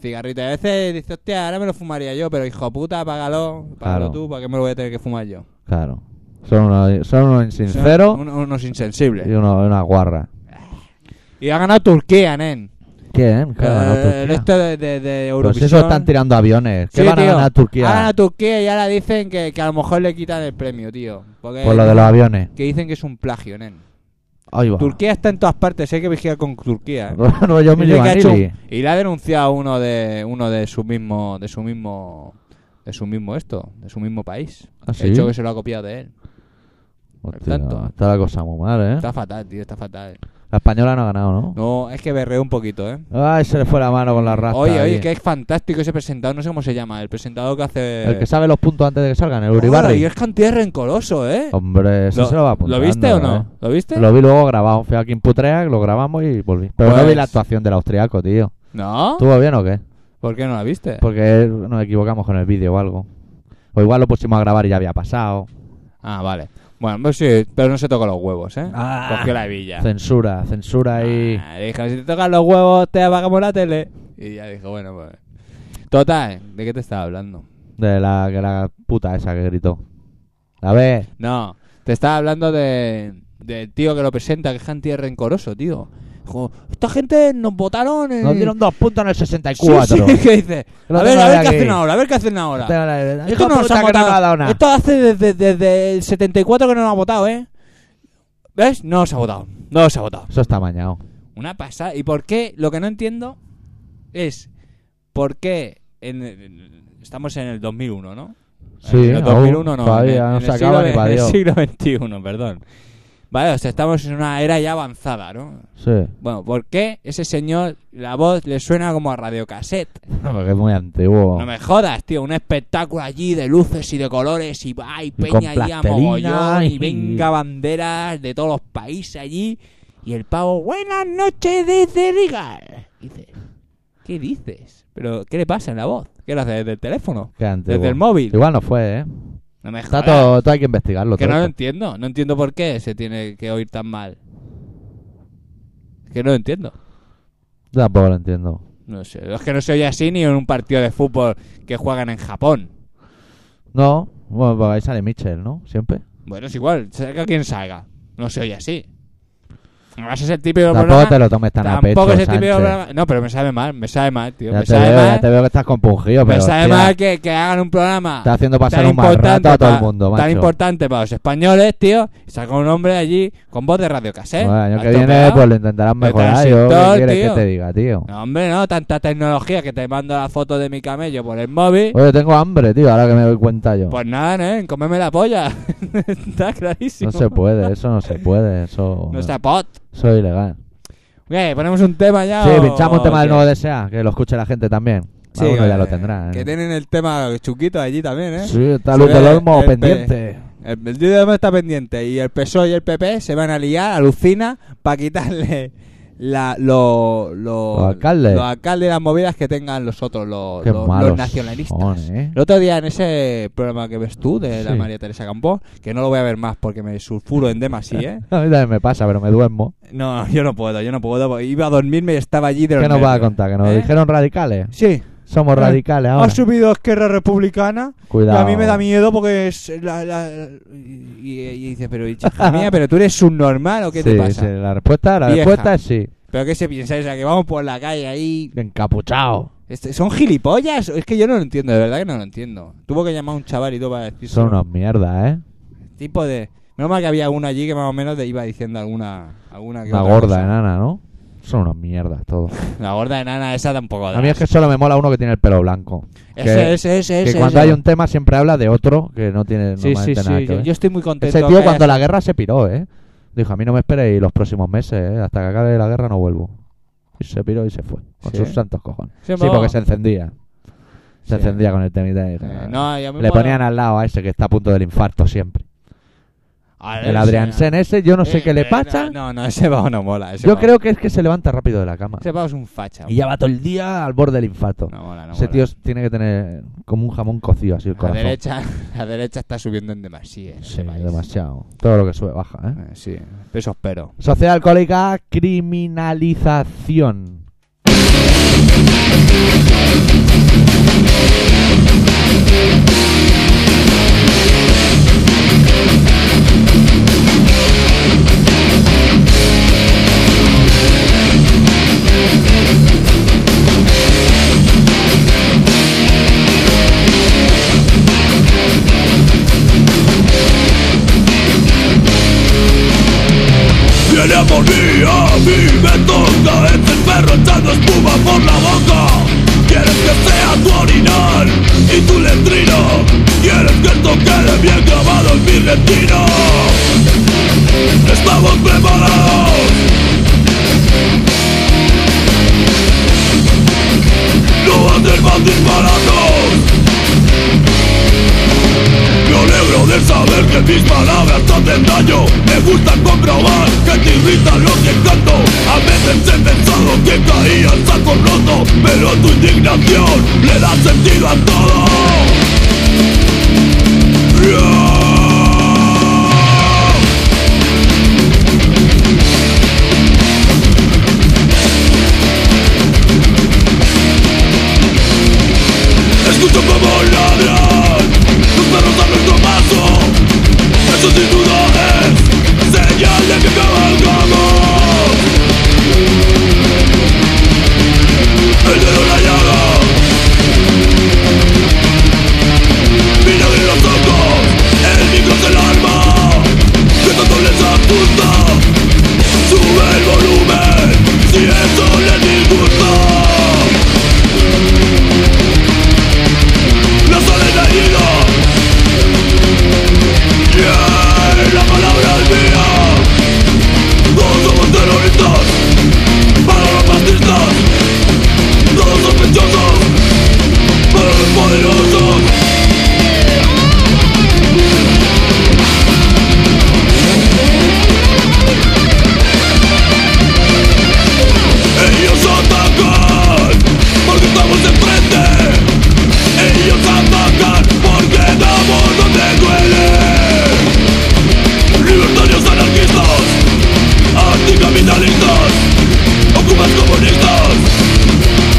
[SPEAKER 8] cigarrito. Y a veces dices, hostia, ahora me lo fumaría yo, pero hijo puta, apágalo, apágalo
[SPEAKER 7] Claro.
[SPEAKER 8] tú, ¿para qué me lo voy a tener que fumar yo?
[SPEAKER 7] Claro. Son unos, son unos insinceros
[SPEAKER 8] Son un- unos
[SPEAKER 7] y
[SPEAKER 8] insensibles.
[SPEAKER 7] unos, unas guarras.
[SPEAKER 8] Y ha ganado Turquía, nen.
[SPEAKER 7] ¿Quién? ¿Qué ha ganado
[SPEAKER 8] Eh,
[SPEAKER 7] Turquía?
[SPEAKER 8] el este de, de, de
[SPEAKER 7] Pero si
[SPEAKER 8] Eurovisión.
[SPEAKER 7] esos están tirando aviones. ¿Qué
[SPEAKER 8] Sí,
[SPEAKER 7] van a
[SPEAKER 8] tío. Ah,
[SPEAKER 7] ganar Turquía?
[SPEAKER 8] Ha ganado Turquía y ahora dicen que, que a lo mejor le quitan el premio, tío. Porque
[SPEAKER 7] Por lo de los aviones.
[SPEAKER 8] Que dicen que es un plagio, nen.
[SPEAKER 7] Ahí va.
[SPEAKER 8] Turquía está en todas partes, hay que vigilar con Turquía. ¿eh?
[SPEAKER 7] Rollo
[SPEAKER 8] Dice que ha hecho
[SPEAKER 7] Milibanili.
[SPEAKER 8] un- y le ha denunciado uno de uno de su mismo de su mismo de su mismo esto, de su mismo país.
[SPEAKER 7] ¿Ah,
[SPEAKER 8] De
[SPEAKER 7] sí? ¿Eh?
[SPEAKER 8] hecho que se lo ha copiado de él.
[SPEAKER 7] Hostia,
[SPEAKER 8] tanto.
[SPEAKER 7] está la cosa muy mal, ¿eh?
[SPEAKER 8] Está fatal, tío, está fatal.
[SPEAKER 7] La española no ha ganado, ¿no?
[SPEAKER 8] No, es que berreo un poquito, ¿eh?
[SPEAKER 7] Ay, se le fue la mano con la rasta.
[SPEAKER 8] oye, oye,
[SPEAKER 7] ahí.
[SPEAKER 8] que es fantástico ese presentador, no sé cómo se llama, el presentador que hace
[SPEAKER 7] El que sabe los puntos antes de que salgan, el
[SPEAKER 8] Hola,
[SPEAKER 7] Uribarri.
[SPEAKER 8] y es cantidad de rencoroso, ¿eh?
[SPEAKER 7] Hombre, eso
[SPEAKER 8] Lo-
[SPEAKER 7] se lo va a
[SPEAKER 8] ¿Lo viste o no?
[SPEAKER 7] ¿eh?
[SPEAKER 8] ¿Lo viste?
[SPEAKER 7] Lo vi luego grabado. Fui aquí en Putreac, lo grabamos y volví. Pero no
[SPEAKER 8] Pues-
[SPEAKER 7] vi la actuación del austriaco, tío.
[SPEAKER 8] ¿No?
[SPEAKER 7] ¿Estuvo bien o qué?
[SPEAKER 8] ¿Por qué no la viste?
[SPEAKER 7] Porque nos equivocamos con el vídeo o algo. O igual lo pusimos a grabar y ya había pasado.
[SPEAKER 8] Ah, vale. Bueno, pues sí, pero no se tocó los huevos, ¿eh?
[SPEAKER 7] Ah.
[SPEAKER 8] Cogió la hebilla.
[SPEAKER 7] Censura, censura y...
[SPEAKER 8] Ah, le dijeron, si te tocan los huevos, te apagamos la tele. Y ya dijo, bueno, pues. Total, ¿de qué te estaba hablando?
[SPEAKER 7] De la, que la puta esa que gritó. A ver,
[SPEAKER 8] No, te estaba hablando de del tío que lo presenta, que es anti rencoroso, tío. Dijo, esta gente nos votaron en.
[SPEAKER 7] nos dieron dos puntos en el
[SPEAKER 8] Sí,
[SPEAKER 7] 64.
[SPEAKER 8] sí, que dice.
[SPEAKER 7] Lo
[SPEAKER 8] a ver,
[SPEAKER 7] tengo
[SPEAKER 8] a ver
[SPEAKER 7] aquí.
[SPEAKER 8] qué hacen ahora, a ver qué hacen ahora. Esto no nos
[SPEAKER 7] puta
[SPEAKER 8] ha
[SPEAKER 7] que no me ha dado
[SPEAKER 8] votado.
[SPEAKER 7] nada.
[SPEAKER 8] Esto hace desde, desde el 74 que no nos ha votado, ¿eh? ¿Ves? No nos ha votado. No nos ha votado.
[SPEAKER 7] Eso está mañado.
[SPEAKER 8] Una pasada. ¿Y por qué? Lo que no entiendo es por qué en- en- estamos en el 2001, ¿no?
[SPEAKER 7] Sí,
[SPEAKER 8] en el
[SPEAKER 7] aún
[SPEAKER 8] 2001 no.
[SPEAKER 7] todavía
[SPEAKER 8] en el-
[SPEAKER 7] no
[SPEAKER 8] en
[SPEAKER 7] se
[SPEAKER 8] el
[SPEAKER 7] acaba
[SPEAKER 8] siglo-
[SPEAKER 7] ni pa'
[SPEAKER 8] En el
[SPEAKER 7] Dios.
[SPEAKER 8] siglo XXI, perdón. Vale, o sea, estamos en una era ya avanzada, ¿no?
[SPEAKER 7] Sí.
[SPEAKER 8] Bueno, ¿por qué ese señor, la voz le suena como a radiocassette?
[SPEAKER 7] No, porque es muy antiguo.
[SPEAKER 8] No me jodas, tío, un espectáculo allí de luces y de colores y va y
[SPEAKER 7] con
[SPEAKER 8] peña allí a
[SPEAKER 7] plastelina
[SPEAKER 8] mogollón y
[SPEAKER 7] y-
[SPEAKER 8] venga banderas de todos los países allí y el pavo, buenas noches desde Rigal. Dice, ¿qué dices? ¿Pero qué le pasa en la voz? ¿Qué lo hace desde el teléfono?
[SPEAKER 7] Qué antiguo.
[SPEAKER 8] Desde el móvil.
[SPEAKER 7] Igual no fue, ¿eh?
[SPEAKER 8] No me
[SPEAKER 7] Está
[SPEAKER 8] jodas.
[SPEAKER 7] todo, todo hay que investigarlo.
[SPEAKER 8] que
[SPEAKER 7] todo
[SPEAKER 8] no lo
[SPEAKER 7] esto.
[SPEAKER 8] entiendo, no entiendo por qué se tiene que oír tan mal. Que no lo entiendo.
[SPEAKER 7] Yo Tampoco lo entiendo.
[SPEAKER 8] No sé, es que no se oye así ni en un partido de fútbol que juegan en Japón.
[SPEAKER 7] No, bueno, pues ahí sale Mitchell, ¿no? Siempre.
[SPEAKER 8] Bueno, es igual, salga quien salga. No se oye así. Además es el típico
[SPEAKER 7] Tampoco
[SPEAKER 8] programa-
[SPEAKER 7] te lo tomes tan a pecho,
[SPEAKER 8] tampoco es el típico
[SPEAKER 7] Sánchez.
[SPEAKER 8] programa- No, pero me sabe mal, me sabe mal, tío.
[SPEAKER 7] Ya
[SPEAKER 8] me
[SPEAKER 7] te,
[SPEAKER 8] sabe
[SPEAKER 7] veo, ya
[SPEAKER 8] mal,
[SPEAKER 7] te veo que estás compungido,
[SPEAKER 8] me
[SPEAKER 7] pero
[SPEAKER 8] sabe
[SPEAKER 7] hostia,
[SPEAKER 8] mal ¿eh? que, que hagan un programa
[SPEAKER 7] está haciendo pasar
[SPEAKER 8] tan
[SPEAKER 7] un mal rato
[SPEAKER 8] importante
[SPEAKER 7] a todo
[SPEAKER 8] pa-
[SPEAKER 7] el mundo, macho.
[SPEAKER 8] tan importante para los españoles, tío. Y saca un hombre allí con voz de radiocassette.
[SPEAKER 7] Bueno, el año
[SPEAKER 8] a
[SPEAKER 7] que
[SPEAKER 8] todo
[SPEAKER 7] viene
[SPEAKER 8] pegado.
[SPEAKER 7] pues lo intentarán
[SPEAKER 8] De
[SPEAKER 7] mejorar. Yo,
[SPEAKER 8] transistor,
[SPEAKER 7] ¿Qué quieres
[SPEAKER 8] tío.
[SPEAKER 7] que te diga, tío?
[SPEAKER 8] No, hombre, no, tanta tecnología que te mando la foto de mi camello por el móvil.
[SPEAKER 7] Oye, tengo hambre, tío, ahora que me doy cuenta yo.
[SPEAKER 8] Pues nada, ¿eh? Cómeme la polla. Está clarísimo.
[SPEAKER 7] no se puede, eso no se puede, eso,
[SPEAKER 8] No está pot.
[SPEAKER 7] eso es ilegal.
[SPEAKER 8] Oye, ponemos un tema ya.
[SPEAKER 7] Sí,
[SPEAKER 8] o-
[SPEAKER 7] pinchamos un tema del
[SPEAKER 8] o
[SPEAKER 7] nuevo
[SPEAKER 8] qué?
[SPEAKER 7] DSA, que lo escuche la gente también.
[SPEAKER 8] Sí,
[SPEAKER 7] Algunos ya
[SPEAKER 8] eh,
[SPEAKER 7] lo tendrán. ¿eh?
[SPEAKER 8] Que tienen el tema chuquito allí también, ¿eh?
[SPEAKER 7] Sí, está
[SPEAKER 8] Se
[SPEAKER 7] Luz
[SPEAKER 8] ve
[SPEAKER 7] del Olmo
[SPEAKER 8] el pe-
[SPEAKER 7] pendiente.
[SPEAKER 8] El, el tío de Olmo está pendiente y el PSOE y el PP se van a liar, alucina, para quitarle la, lo- lo-
[SPEAKER 7] Los alcaldes.
[SPEAKER 8] los alcaldes y las movidas que tengan los otros, los,
[SPEAKER 7] Qué
[SPEAKER 8] los- los
[SPEAKER 7] malos
[SPEAKER 8] nacionalistas.
[SPEAKER 7] son, ¿eh?
[SPEAKER 8] El otro día en ese programa que ves tú de la
[SPEAKER 7] Sí.
[SPEAKER 8] María Teresa Campos, que no lo voy a ver más porque me sulfuro en demasía, ¿eh?
[SPEAKER 7] A mí también me pasa, pero me duermo.
[SPEAKER 8] No, yo no puedo, yo no puedo. porque Iba a dormirme y estaba allí de
[SPEAKER 7] ¿Qué
[SPEAKER 8] los
[SPEAKER 7] nos va a
[SPEAKER 8] nervios.
[SPEAKER 7] contar? ¿Que nos
[SPEAKER 8] ¿Eh?
[SPEAKER 7] dijeron radicales?
[SPEAKER 8] Sí.
[SPEAKER 7] Somos
[SPEAKER 8] Eh,
[SPEAKER 7] radicales
[SPEAKER 8] Ha
[SPEAKER 7] ahora.
[SPEAKER 8] subido Esquerra Republicana.
[SPEAKER 7] Cuidado.
[SPEAKER 8] Y a mí me da miedo porque es. La, la- y, y dice, pero hija mía, pero tú eres subnormal o qué te
[SPEAKER 7] Sí,
[SPEAKER 8] pasa.
[SPEAKER 7] sí, la respuesta, la
[SPEAKER 8] Vieja.
[SPEAKER 7] respuesta es sí.
[SPEAKER 8] Pero qué se piensa, o sea, que vamos por la calle ahí.
[SPEAKER 7] Encapuchado.
[SPEAKER 8] Este- ¿Son gilipollas? Es que yo no lo entiendo, de verdad que no lo entiendo. Tuvo que llamar a un chaval y todo para decir.
[SPEAKER 7] Son unos mierdas, ¿eh?
[SPEAKER 8] Ah, Tipo de. Menos mal que había uno allí que más o menos te iba diciendo alguna. alguna que
[SPEAKER 7] Una
[SPEAKER 8] otra
[SPEAKER 7] gorda
[SPEAKER 8] cosa.
[SPEAKER 7] enana, ¿no? Son unos mierdas todos.
[SPEAKER 8] La gorda enana esa tampoco.
[SPEAKER 7] A mí es que solo me mola uno que tiene el pelo blanco.
[SPEAKER 8] Ese, ese, ese.
[SPEAKER 7] que
[SPEAKER 8] ese,
[SPEAKER 7] cuando
[SPEAKER 8] ese.
[SPEAKER 7] hay un tema siempre habla de otro que no tiene
[SPEAKER 8] Sí, sí,
[SPEAKER 7] normalmente
[SPEAKER 8] sí.
[SPEAKER 7] nada que
[SPEAKER 8] Yo,
[SPEAKER 7] ver.
[SPEAKER 8] yo estoy muy contento.
[SPEAKER 7] Ese tío
[SPEAKER 8] que
[SPEAKER 7] cuando
[SPEAKER 8] hayas-
[SPEAKER 7] la guerra se piró, ¿eh? Dijo, a mí no me esperéis los próximos meses, ¿eh? Hasta que acabe la guerra no vuelvo. Y se piró y se fue. Con
[SPEAKER 8] Sí.
[SPEAKER 7] sus santos cojones.
[SPEAKER 8] Sí,
[SPEAKER 7] Sí,
[SPEAKER 8] vamos.
[SPEAKER 7] porque se encendía. Se
[SPEAKER 8] Sí.
[SPEAKER 7] encendía con el temita. y-
[SPEAKER 8] Eh, no, y a mí
[SPEAKER 7] Le
[SPEAKER 8] mola-
[SPEAKER 7] ponían al lado a ese que está a punto del infarto siempre.
[SPEAKER 8] A ver,
[SPEAKER 7] El
[SPEAKER 8] sí,
[SPEAKER 7] Adrián Sen ese, yo no sé
[SPEAKER 8] Eh,
[SPEAKER 7] qué le
[SPEAKER 8] eh,
[SPEAKER 7] pasa.
[SPEAKER 8] No, no, ese pavo no mola. Ese
[SPEAKER 7] Yo
[SPEAKER 8] pavo-
[SPEAKER 7] creo que es que se levanta rápido de la cama.
[SPEAKER 8] Ese pavo es un facha.
[SPEAKER 7] Y ya va todo el día al borde del infarto.
[SPEAKER 8] No mola, no
[SPEAKER 7] Ese
[SPEAKER 8] mola.
[SPEAKER 7] tío tiene que tener como un jamón cocido así el
[SPEAKER 8] la
[SPEAKER 7] corazón.
[SPEAKER 8] derecha, la derecha está subiendo en demasía. en
[SPEAKER 7] Sí,
[SPEAKER 8] este país.
[SPEAKER 7] demasiado. Todo lo que sube baja, ¿eh?
[SPEAKER 8] Eh, sí, eso espero.
[SPEAKER 7] Sociedad alcohólica, criminalización.
[SPEAKER 4] Viene por mí, a mí me toca Este perro echando espuma por la boca Quieres que sea tu orinal y tu letrino Quieres que esto quede bien grabado en mi retino Estamos preparados No andes más disparados me alegro de saber que mis palabras te hacen daño Me gusta comprobar que te irritan lo que canto A veces he pensado que caía al saco roto Pero tu indignación le da sentido a todo Yeah. Escucho como ladran Los perros a nuestro paso Eso sin duda es Señal de que cabalgamos El dedo en la llaga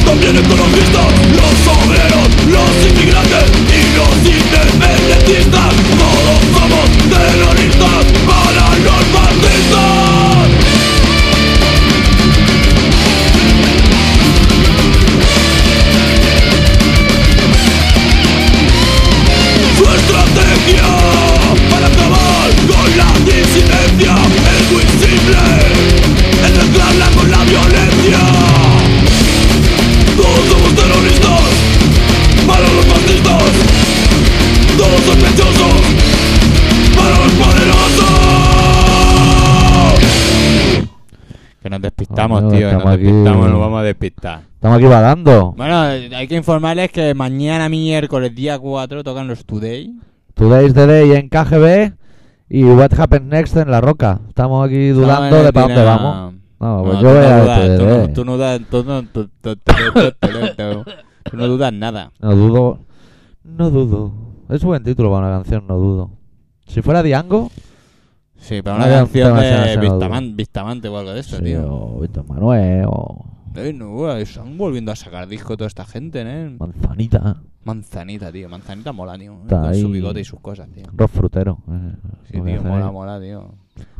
[SPEAKER 4] también economistas, los obreros, los inmigrantes y los independentistas. Todos somos terroristas para los fascistas. su estrategia para acabar con la disidencia es muy simple es mezclarla con la violencia todos somos terroristas para los fascistas todos sospechosos para los poderosos
[SPEAKER 8] Que nos despistamos,
[SPEAKER 7] Amigo,
[SPEAKER 8] tío. Que nos
[SPEAKER 7] estamos aquí.
[SPEAKER 8] despistamos, nos vamos a despistar.
[SPEAKER 7] Estamos aquí badando.
[SPEAKER 8] Bueno, hay que informarles que mañana miércoles, día 4, tocan los Today.
[SPEAKER 7] Today's the Day en KGB y What Happens Next en La Roca. Estamos aquí dudando de para dónde vamos. No, pues yo
[SPEAKER 8] tú
[SPEAKER 7] voy a
[SPEAKER 8] dudas,
[SPEAKER 7] TDD.
[SPEAKER 8] tú no- Tú no dudas, tú no- tú- tú- tú- tú- tú- tú- tú no dudas nada.
[SPEAKER 7] No dudo. No dudo. Es buen título para una canción, no dudo. Si fuera Diango,
[SPEAKER 8] Sí, para una
[SPEAKER 7] Vaya
[SPEAKER 8] canción
[SPEAKER 7] tema se
[SPEAKER 8] de
[SPEAKER 7] nos ha dado.
[SPEAKER 8] Vistaman- Vistamante o algo de eso,
[SPEAKER 7] sí,
[SPEAKER 8] tío.
[SPEAKER 7] o Víctor Manuel, o
[SPEAKER 8] Ey, no, güey, están volviendo a sacar disco toda esta gente, ¿eh?
[SPEAKER 7] Manzanita,
[SPEAKER 8] Manzanita, tío. Manzanita mola, tío. eh,
[SPEAKER 7] Está
[SPEAKER 8] Con su
[SPEAKER 7] ahí.
[SPEAKER 8] bigote y sus cosas, tío.
[SPEAKER 7] Rock Frutero. eh,
[SPEAKER 8] Sí,
[SPEAKER 7] lo que
[SPEAKER 8] tío,
[SPEAKER 7] hace
[SPEAKER 8] mola,
[SPEAKER 7] ahí.
[SPEAKER 8] mola, tío.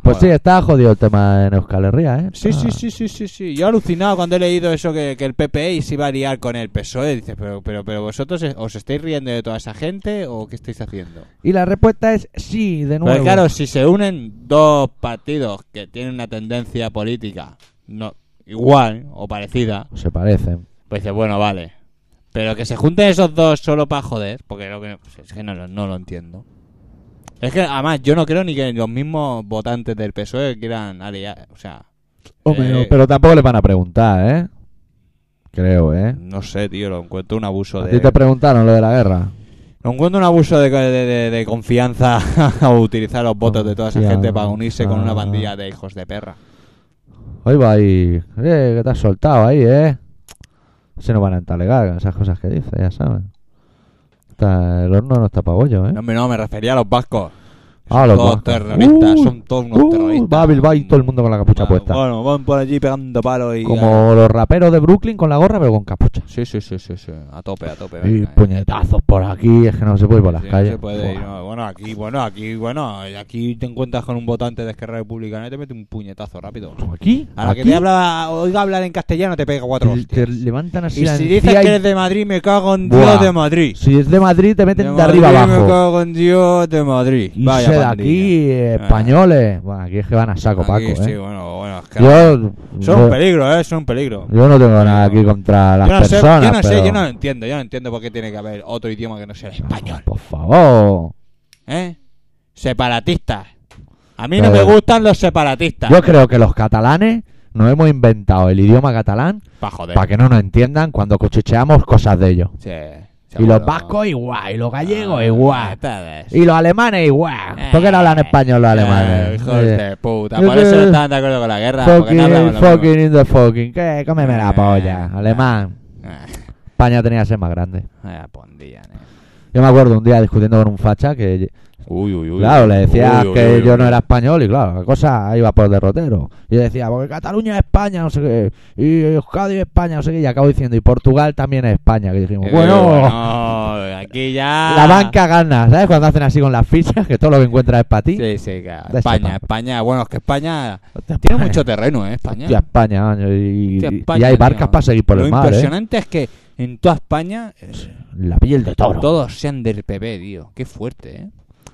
[SPEAKER 7] Pues
[SPEAKER 8] mola.
[SPEAKER 7] sí, está jodido el tema en Euskal Herria, ¿eh?
[SPEAKER 8] Sí,
[SPEAKER 7] Está-
[SPEAKER 8] sí, sí, sí, sí, sí. Yo he alucinado cuando he leído eso que, que el PP se iba a liar con el PSOE. E. Dices, pero, pero, pero vosotros es- os estáis riendo de toda esa gente o qué estáis haciendo?
[SPEAKER 7] Y la respuesta es sí, de nuevo.
[SPEAKER 8] Porque claro, si se unen dos partidos que tienen una tendencia política no igual o parecida,
[SPEAKER 7] Se parecen.
[SPEAKER 8] pues dices, bueno, vale. Pero que se junten esos dos solo para joder, porque lo que, pues es que no, lo- no lo entiendo. Es que además yo no creo ni que los mismos votantes del PSOE E quieran aliar, o sea,
[SPEAKER 7] Hombre,
[SPEAKER 8] Eh,
[SPEAKER 7] Oh, pero tampoco le van a preguntar, ¿eh? Creo, ¿eh?
[SPEAKER 8] no sé, tío, lo encuentro un abuso
[SPEAKER 7] A
[SPEAKER 8] de
[SPEAKER 7] ti te preguntaron lo de la guerra.
[SPEAKER 8] Lo encuentro un abuso de, de- de- de confianza a utilizar los votos de toda esa gente para unirse con una pandilla de hijos de perra.
[SPEAKER 7] Hoy va ahí. Eh, que te has soltado ahí, ¿eh? Se nos van a entalegar con esas cosas que dice, ya saben. Está- el horno no está para bollo, ¿eh?
[SPEAKER 8] No, hombre, no, me refería a los vascos.
[SPEAKER 7] ah, los
[SPEAKER 8] todos
[SPEAKER 7] vascos.
[SPEAKER 8] terroristas,
[SPEAKER 7] Uh,
[SPEAKER 8] son todos unos
[SPEAKER 7] uh,
[SPEAKER 8] terroristas.
[SPEAKER 7] Va a Bilbao y todo el mundo con la capucha
[SPEAKER 8] Ah,
[SPEAKER 7] puesta.
[SPEAKER 8] Bueno, van por allí pegando palos y...
[SPEAKER 7] Como los raperos de Brooklyn con la gorra, pero con capucha.
[SPEAKER 8] Sí, sí, sí, sí, sí, a tope, a tope.
[SPEAKER 7] Y
[SPEAKER 8] venga, eh.
[SPEAKER 7] puñetazos por aquí, es que no se puede ir por las
[SPEAKER 8] Sí,
[SPEAKER 7] calles.
[SPEAKER 8] No se puede ir,
[SPEAKER 7] Buah.
[SPEAKER 8] no. Bueno, aquí, bueno, aquí, bueno, aquí te encuentras con un votante de Esquerra Republicana y te mete un puñetazo rápido.
[SPEAKER 7] Aquí,
[SPEAKER 8] A la que
[SPEAKER 7] aquí,
[SPEAKER 8] te habla, oiga hablar en castellano te pega cuatro
[SPEAKER 7] te- te
[SPEAKER 8] hostias.
[SPEAKER 7] levantan así
[SPEAKER 8] Y
[SPEAKER 7] la
[SPEAKER 8] si dices
[SPEAKER 7] encía y-
[SPEAKER 8] que eres de Madrid, me cago en
[SPEAKER 7] Buah.
[SPEAKER 8] Dios de Madrid.
[SPEAKER 7] Si es de Madrid, te meten de,
[SPEAKER 8] Madrid,
[SPEAKER 7] arriba
[SPEAKER 8] Me
[SPEAKER 7] abajo.
[SPEAKER 8] cago en Dios de Madrid.
[SPEAKER 7] Y
[SPEAKER 8] Vaya
[SPEAKER 7] se de
[SPEAKER 8] pandilla.
[SPEAKER 7] aquí, eh,
[SPEAKER 8] Ah.
[SPEAKER 7] españoles. Bueno, aquí es que van a saco,
[SPEAKER 8] Aquí,
[SPEAKER 7] Paco,
[SPEAKER 8] sí,
[SPEAKER 7] ¿eh?
[SPEAKER 8] bueno, bueno, es que-
[SPEAKER 7] Yo,
[SPEAKER 8] son un
[SPEAKER 7] yo,
[SPEAKER 8] peligro, eh, son un peligro.
[SPEAKER 7] yo no tengo nada aquí contra las
[SPEAKER 8] yo no sé,
[SPEAKER 7] personas,
[SPEAKER 8] yo no sé,
[SPEAKER 7] pero-
[SPEAKER 8] yo no entiendo, yo no entiendo por qué tiene que haber otro idioma que no sea el español,
[SPEAKER 7] Por favor.
[SPEAKER 8] ¿eh? Separatistas. A mí no me
[SPEAKER 7] Pero-
[SPEAKER 8] gustan los separatistas.
[SPEAKER 7] Yo creo que los catalanes nos hemos inventado el idioma catalán
[SPEAKER 8] Pa' joder.
[SPEAKER 7] para que no nos entiendan cuando cochicheamos cosas de ellos.
[SPEAKER 8] Sí,
[SPEAKER 7] Y
[SPEAKER 8] seguro.
[SPEAKER 7] los vascos igual, y los gallegos
[SPEAKER 8] Ah,
[SPEAKER 7] igual.
[SPEAKER 8] todos.
[SPEAKER 7] Y los alemanes igual. ¿Por qué no hablan español los
[SPEAKER 8] Eh,
[SPEAKER 7] alemanes?
[SPEAKER 8] hijos
[SPEAKER 7] Eh,
[SPEAKER 8] de puta.
[SPEAKER 7] Yo
[SPEAKER 8] Por eso
[SPEAKER 7] creo-
[SPEAKER 8] no estaban de acuerdo con la guerra. porque
[SPEAKER 7] Fucking,
[SPEAKER 8] no hablaban lo mismo.
[SPEAKER 7] fucking in the fucking. ¿Qué? Cómeme la
[SPEAKER 8] Eh,
[SPEAKER 7] polla.
[SPEAKER 8] eh.
[SPEAKER 7] Alemán.
[SPEAKER 8] Ah,
[SPEAKER 7] España tenía que ser más grande.
[SPEAKER 8] vaya pondilla, eh.
[SPEAKER 7] Yo me acuerdo un día discutiendo con un facha que,
[SPEAKER 5] Uy, uy, uy.
[SPEAKER 7] claro, le decía que yo no era español y, claro, la cosa iba por derrotero. Y yo decía, porque Cataluña es España, no sé qué, y Euskadi es España, no sé qué, y acabo diciendo, y Portugal también es España. Que dijimos,
[SPEAKER 8] Eh,
[SPEAKER 7] bueno,
[SPEAKER 8] bueno, aquí ya.
[SPEAKER 7] la banca gana, ¿sabes? Cuando hacen así con las fichas, que todo lo que encuentras es para ti.
[SPEAKER 8] Sí, sí, claro.
[SPEAKER 7] De España.
[SPEAKER 8] España, España. Bueno, es que España
[SPEAKER 7] Hostia,
[SPEAKER 8] tiene
[SPEAKER 7] España.
[SPEAKER 8] mucho terreno, ¿eh? España.
[SPEAKER 7] Hostia, España, maño, y,
[SPEAKER 8] Hostia,
[SPEAKER 7] y- y
[SPEAKER 8] España,
[SPEAKER 7] hay barcas
[SPEAKER 8] tío.
[SPEAKER 7] para seguir por
[SPEAKER 8] Lo
[SPEAKER 7] el mar, ¿eh?
[SPEAKER 8] impresionante es que en toda España es-
[SPEAKER 7] La piel de toro.
[SPEAKER 8] todos sean del PP, tío. Qué fuerte, ¿eh?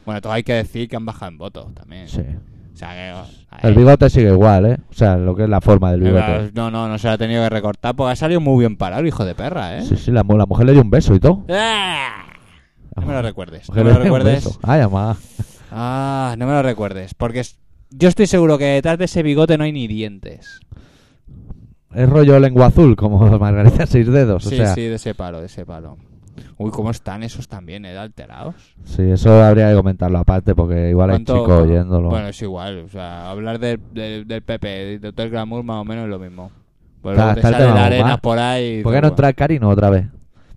[SPEAKER 8] Bueno, todo hay que decir que han bajado en votos también.
[SPEAKER 7] Sí.
[SPEAKER 8] O sea, que. oh,
[SPEAKER 7] El bigote sigue igual, ¿eh? O sea, lo que es la forma del bigote.
[SPEAKER 8] No, no, no se lo ha tenido que recortar porque ha salido muy bien parado, hijo de perra, ¿eh?
[SPEAKER 7] Sí, sí, la, mu- la mujer le dio un beso y todo.
[SPEAKER 8] ¡Ah! No me lo recuerdes.
[SPEAKER 7] La
[SPEAKER 8] No
[SPEAKER 7] mujer
[SPEAKER 8] me
[SPEAKER 7] le
[SPEAKER 8] lo
[SPEAKER 7] dio un
[SPEAKER 8] recuerdes.
[SPEAKER 7] beso. Ay, amá.
[SPEAKER 8] Ah, no me lo recuerdes. Porque es- yo estoy seguro que detrás de ese bigote no hay ni dientes.
[SPEAKER 7] Es rollo lengua azul, como Margarita Seis Dedos.
[SPEAKER 8] sí,
[SPEAKER 7] Pues, o sea,
[SPEAKER 8] sí, de ese palo, de ese palo. Uy, ¿cómo están esos también, eh? Alterados.
[SPEAKER 7] sí, eso habría que comentarlo aparte, porque igual hay
[SPEAKER 8] ¿Cuánto-
[SPEAKER 7] chicos oyéndolo.
[SPEAKER 8] Bueno, es igual. O sea, hablar del, del, del PP, del Dr. Glamour, más o menos es lo mismo. Pero
[SPEAKER 7] Está-
[SPEAKER 8] luego te
[SPEAKER 7] está el
[SPEAKER 8] sale
[SPEAKER 7] tema
[SPEAKER 8] la
[SPEAKER 7] de
[SPEAKER 8] arena
[SPEAKER 7] Omar.
[SPEAKER 8] por ahí.
[SPEAKER 7] ¿Por qué
[SPEAKER 8] y pues,
[SPEAKER 7] no
[SPEAKER 8] todo, bueno.
[SPEAKER 7] entra Carino otra vez?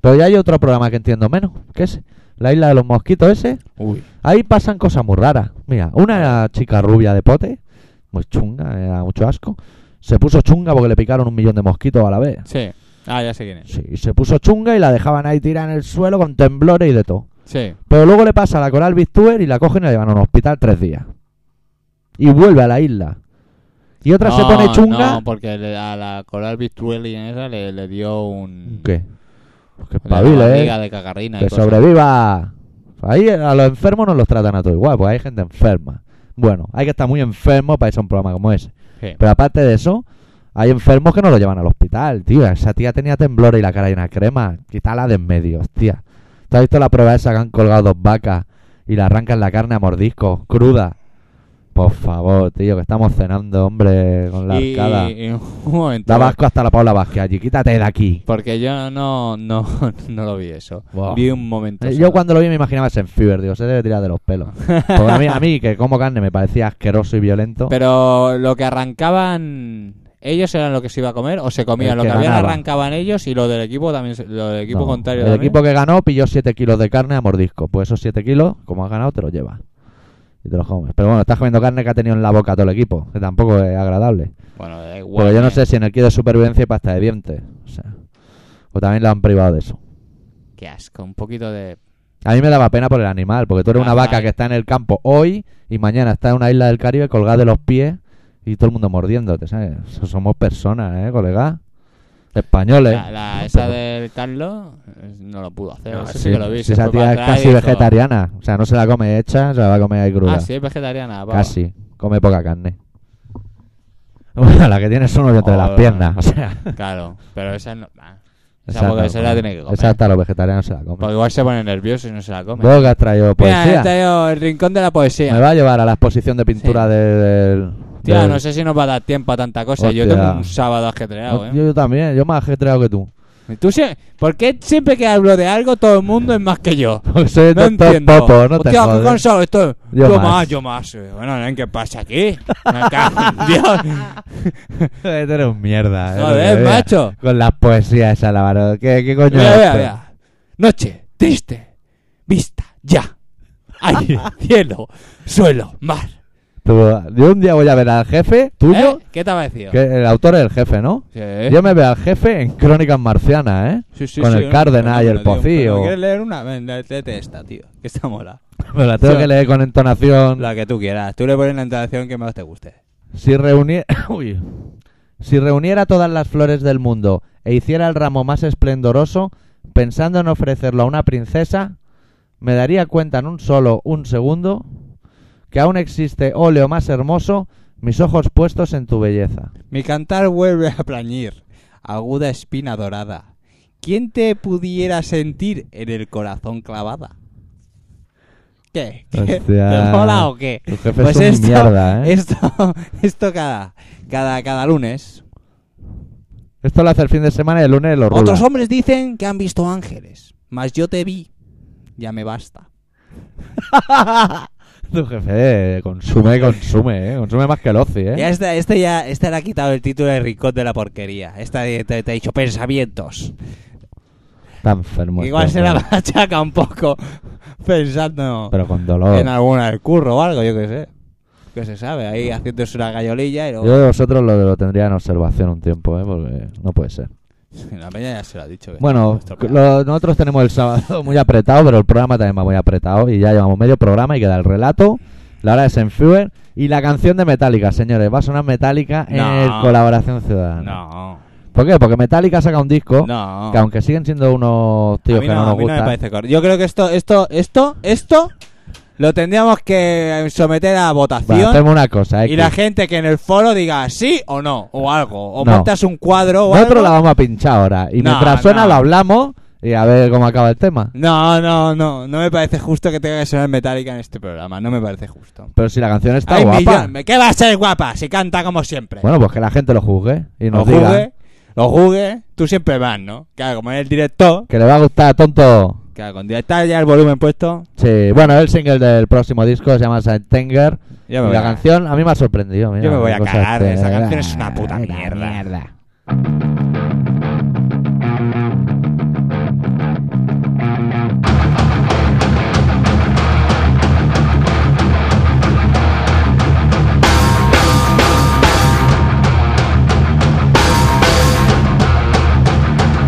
[SPEAKER 7] Pero ya hay otro programa que entiendo menos, que es la isla de los mosquitos ese.
[SPEAKER 8] Uy,
[SPEAKER 7] Ahí pasan cosas muy raras. Mira, una chica rubia de pote, muy chunga, era mucho asco. Se puso chunga porque le picaron un millón de mosquitos a la vez.
[SPEAKER 8] sí. Ah, ya sé quién es.
[SPEAKER 7] Sí, y se puso chunga y la dejaban ahí tirada en el suelo con temblores y de todo.
[SPEAKER 8] Sí.
[SPEAKER 7] Pero luego le pasa la Coral Big Tour y la cogen y la llevan a un hospital tres días. Y vuelve a la isla. Y otra se
[SPEAKER 8] No,
[SPEAKER 7] pone chunga.
[SPEAKER 8] No, porque le- a la Coral Victuelli en esa le, le dio un.
[SPEAKER 7] ¿Qué? Pues que
[SPEAKER 8] Una
[SPEAKER 7] espabile,
[SPEAKER 8] barriga
[SPEAKER 7] eh.
[SPEAKER 8] de cagarrina. y
[SPEAKER 7] Que
[SPEAKER 8] cosas.
[SPEAKER 7] sobreviva. Ahí a los enfermos no los tratan a todos igual, pues hay gente enferma. Bueno, hay que estar muy enfermo para irse a un programa como ese.
[SPEAKER 8] Sí.
[SPEAKER 7] Pero aparte de eso, hay enfermos que no lo llevan al hospital, tío. Esa tía tenía temblores y la cara llena de crema. Quítala de en medio, hostia. ¿Tú has visto la prueba esa que han colgado dos vacas y le arrancan la carne a mordiscos, cruda? Por favor, tío, que estamos cenando, hombre, con la
[SPEAKER 8] y,
[SPEAKER 7] arcada.
[SPEAKER 8] y un momento.
[SPEAKER 7] Da vasco hasta la Paula Vázquez allí. Quítate de aquí.
[SPEAKER 8] Porque yo no, no, no lo vi eso.
[SPEAKER 7] Buah.
[SPEAKER 8] Vi un momento.
[SPEAKER 7] Eh,
[SPEAKER 8] solo.
[SPEAKER 7] Yo cuando lo vi me imaginaba en Fever, digo, se debe tirar de los pelos. Porque a mí, a mí, que como carne me parecía asqueroso y violento.
[SPEAKER 8] Pero lo que arrancaban. ¿Ellos eran lo que se iba a comer o se comían
[SPEAKER 7] El
[SPEAKER 8] lo
[SPEAKER 7] que
[SPEAKER 8] que habían
[SPEAKER 7] ganaba.
[SPEAKER 8] arrancaban ellos y lo del equipo también se- lo del equipo
[SPEAKER 7] No,
[SPEAKER 8] contrario
[SPEAKER 7] El
[SPEAKER 8] también?
[SPEAKER 7] equipo que ganó pilló 7 kilos de carne a mordisco. Pues esos 7 kilos, como has ganado, te los llevas. Y te los comes. Pero bueno, estás comiendo carne que ha tenido en la boca todo el equipo. Que tampoco es agradable.
[SPEAKER 8] Bueno, da igual.
[SPEAKER 7] Porque yo no
[SPEAKER 8] eh.
[SPEAKER 7] sé si en el kit de supervivencia hay pasta de dientes. O sea, o también la han privado de eso.
[SPEAKER 8] Qué asco, un poquito de
[SPEAKER 7] A mí me daba pena por el animal. Porque tú eres una
[SPEAKER 8] Ah,
[SPEAKER 7] vaca
[SPEAKER 8] vale.
[SPEAKER 7] que está en el campo hoy y mañana está en una isla del Caribe colgada de los pies y todo el mundo mordiéndote, ¿sabes? Somos personas, ¿eh, colega? Españoles.
[SPEAKER 8] la, la- esa
[SPEAKER 7] Pero-
[SPEAKER 8] del Carlos eh, no lo pudo hacer.
[SPEAKER 7] No,
[SPEAKER 8] eso
[SPEAKER 7] sí,
[SPEAKER 8] sí que lo vi.
[SPEAKER 7] si
[SPEAKER 8] se
[SPEAKER 7] esa
[SPEAKER 8] fue
[SPEAKER 7] tía
[SPEAKER 8] para
[SPEAKER 7] es
[SPEAKER 8] atrás y
[SPEAKER 7] casi
[SPEAKER 8] dijo,
[SPEAKER 7] vegetariana. O sea, no se la come hecha, se la va a comer ahí cruda.
[SPEAKER 8] Ah, sí, es vegetariana. pava".
[SPEAKER 7] Casi. Come poca carne. Bueno, la que tiene son los dientes de las
[SPEAKER 8] Joder.
[SPEAKER 7] piernas. O sea,
[SPEAKER 8] Oh. Claro, pero esa no. ah, esa
[SPEAKER 7] Exacto,
[SPEAKER 8] porque se la tiene que comer.
[SPEAKER 7] esa hasta los vegetarianos se la
[SPEAKER 8] Porque
[SPEAKER 7] comen.
[SPEAKER 8] igual se pone nervioso y no se la come.
[SPEAKER 7] Luego que has traído
[SPEAKER 8] Mira, he
[SPEAKER 7] poesía.
[SPEAKER 8] traído el rincón de la
[SPEAKER 7] Me
[SPEAKER 8] poesía.
[SPEAKER 7] va a llevar a la exposición de pintura
[SPEAKER 8] Sí.
[SPEAKER 7] de- del.
[SPEAKER 8] Tía,
[SPEAKER 7] del-
[SPEAKER 8] no sé si nos va a dar tiempo a tanta cosa. Yo
[SPEAKER 7] Hostia.
[SPEAKER 8] tengo un sábado ajetreado,
[SPEAKER 7] Yo,
[SPEAKER 8] ¿eh?
[SPEAKER 7] yo también, yo más ajetreado que tú.
[SPEAKER 8] ¿Tú sie- ¿Por qué siempre que hablo de algo todo el mundo es más que yo?
[SPEAKER 7] Porque soy
[SPEAKER 8] No
[SPEAKER 7] doctor
[SPEAKER 8] entiendo.
[SPEAKER 7] Popo, no te
[SPEAKER 8] Hostia, qué
[SPEAKER 7] jodes.
[SPEAKER 8] cansado estoy.
[SPEAKER 7] Yo
[SPEAKER 8] Yo,
[SPEAKER 7] más.
[SPEAKER 8] más. yo más. Eh, Bueno, ¿en qué pasa aquí? Me cago en Dios.
[SPEAKER 7] Tú eres un mierda. eh,
[SPEAKER 8] Joder,
[SPEAKER 7] mira,
[SPEAKER 8] macho.
[SPEAKER 7] Con las poesías esa, la verdad. ¿Qué, qué coño
[SPEAKER 8] Mira,
[SPEAKER 7] es
[SPEAKER 8] mira,
[SPEAKER 7] esto?
[SPEAKER 8] mira. Noche, triste, vista, ya. Aire, cielo, suelo, mar.
[SPEAKER 7] Tú- yo un día voy a ver al jefe tuyo.
[SPEAKER 8] ¿Eh? ¿Qué te ha parecido?
[SPEAKER 7] Que el autor es el jefe, ¿no?
[SPEAKER 8] Sí.
[SPEAKER 7] Yo me veo al jefe en Crónicas Marcianas, ¿eh?
[SPEAKER 8] Sí, sí,
[SPEAKER 7] Con
[SPEAKER 8] sí,
[SPEAKER 7] el
[SPEAKER 8] un-
[SPEAKER 7] Cárdenas y
[SPEAKER 8] pero,
[SPEAKER 7] el
[SPEAKER 8] tío, pero
[SPEAKER 7] Pocío.
[SPEAKER 8] ¿Quieres leer una? Ven, léete esta, tío. Que está mola.
[SPEAKER 7] Me la tengo
[SPEAKER 8] Sí.
[SPEAKER 7] que leer con entonación.
[SPEAKER 8] La que tú quieras. Tú le pones la entonación que más te guste.
[SPEAKER 7] Si reuniera... Si reuniera todas las flores del mundo e hiciera el ramo más esplendoroso, pensando en ofrecerlo a una princesa, me daría cuenta en un solo un segundo que aún existe óleo más hermoso, mis ojos puestos en tu belleza.
[SPEAKER 8] Mi cantar vuelve a plañir, aguda espina dorada. ¿Quién te pudiera sentir en el corazón clavada? ¿Qué? ¿Qué?
[SPEAKER 7] Hostia.
[SPEAKER 8] ¿Te mola o qué? Pues
[SPEAKER 7] Tu jefe es un
[SPEAKER 8] esto,
[SPEAKER 7] mierda, ¿eh?
[SPEAKER 8] esto, esto cada, cada, cada lunes.
[SPEAKER 7] Esto lo hace el fin de semana y el lunes lo
[SPEAKER 8] Otros
[SPEAKER 7] rula.
[SPEAKER 8] hombres dicen que han visto ángeles, mas yo te vi, ya me basta.
[SPEAKER 7] Tu jefe eh, consume, consume, ¿eh? Consume más que el oci, ¿eh?
[SPEAKER 8] Ya este, este ya este le ha quitado el título de Rincón de la Porquería. Esta de- te, te ha dicho pensamientos.
[SPEAKER 7] Tan enfermo.
[SPEAKER 8] Igual
[SPEAKER 7] este
[SPEAKER 8] se la
[SPEAKER 7] hombre.
[SPEAKER 8] machaca un poco pensando
[SPEAKER 7] Pero con dolor.
[SPEAKER 8] en alguna del curro o algo, yo qué sé. Que se sabe, ahí haciéndose una gallolilla y luego...
[SPEAKER 7] Yo de vosotros lo, lo tendría en observación un tiempo, ¿eh? Porque no puede ser.
[SPEAKER 8] La peña ya se lo ha dicho. que
[SPEAKER 7] Bueno,
[SPEAKER 8] está estropeado.
[SPEAKER 7] lo- nosotros tenemos el sábado muy apretado, pero el programa también va muy apretado. Y ya llevamos medio programa y queda el relato, la hora de Senfuer y la canción de Metallica, señores. Va a sonar Metallica en
[SPEAKER 8] No.
[SPEAKER 7] el Colaboración Ciudadana.
[SPEAKER 8] No,
[SPEAKER 7] ¿Por qué? Porque Metallica saca un disco
[SPEAKER 8] no.
[SPEAKER 7] que aunque siguen siendo unos tíos
[SPEAKER 8] a mí
[SPEAKER 7] que
[SPEAKER 8] no,
[SPEAKER 7] no
[SPEAKER 8] a
[SPEAKER 7] nos
[SPEAKER 8] mí no me
[SPEAKER 7] gustan,
[SPEAKER 8] parece correcto. Yo creo que esto, esto, esto, esto lo tendríamos que someter a
[SPEAKER 7] Va,
[SPEAKER 8] votación.
[SPEAKER 7] hacemos una cosa.
[SPEAKER 8] y
[SPEAKER 7] X.
[SPEAKER 8] la gente que en el foro diga sí o no, o algo. O
[SPEAKER 7] No.
[SPEAKER 8] montas un cuadro o
[SPEAKER 7] Nosotros la
[SPEAKER 8] algo.
[SPEAKER 7] vamos a pinchar ahora. Y
[SPEAKER 8] No,
[SPEAKER 7] mientras suena
[SPEAKER 8] no.
[SPEAKER 7] lo hablamos y a ver cómo acaba el tema.
[SPEAKER 8] No, no, no. No me parece justo que tenga que sonar Metallica en este programa. No me parece justo.
[SPEAKER 7] Pero si la canción está
[SPEAKER 8] Hay
[SPEAKER 7] guapa.
[SPEAKER 8] millón- ¿Qué va a ser guapa si canta como siempre?
[SPEAKER 7] Bueno, pues que la gente lo juzgue y
[SPEAKER 8] lo
[SPEAKER 7] nos diga
[SPEAKER 8] jugué, lo jugué. Tú siempre vas, ¿no? Claro, como en el directo.
[SPEAKER 7] que le va a gustar, tonto.
[SPEAKER 8] Claro, con está ya el volumen puesto.
[SPEAKER 7] Sí, bueno, el single del próximo disco se llama Sentenger. Y
[SPEAKER 8] Yo me
[SPEAKER 7] la
[SPEAKER 8] voy a-
[SPEAKER 7] canción a mí me ha sorprendido. mira,
[SPEAKER 8] Yo me voy a
[SPEAKER 7] qué cosa
[SPEAKER 8] cagar,
[SPEAKER 7] este,
[SPEAKER 8] esa
[SPEAKER 7] ¿verdad?
[SPEAKER 8] canción es una puta
[SPEAKER 7] Ay, la
[SPEAKER 8] mierda.
[SPEAKER 9] Sentenger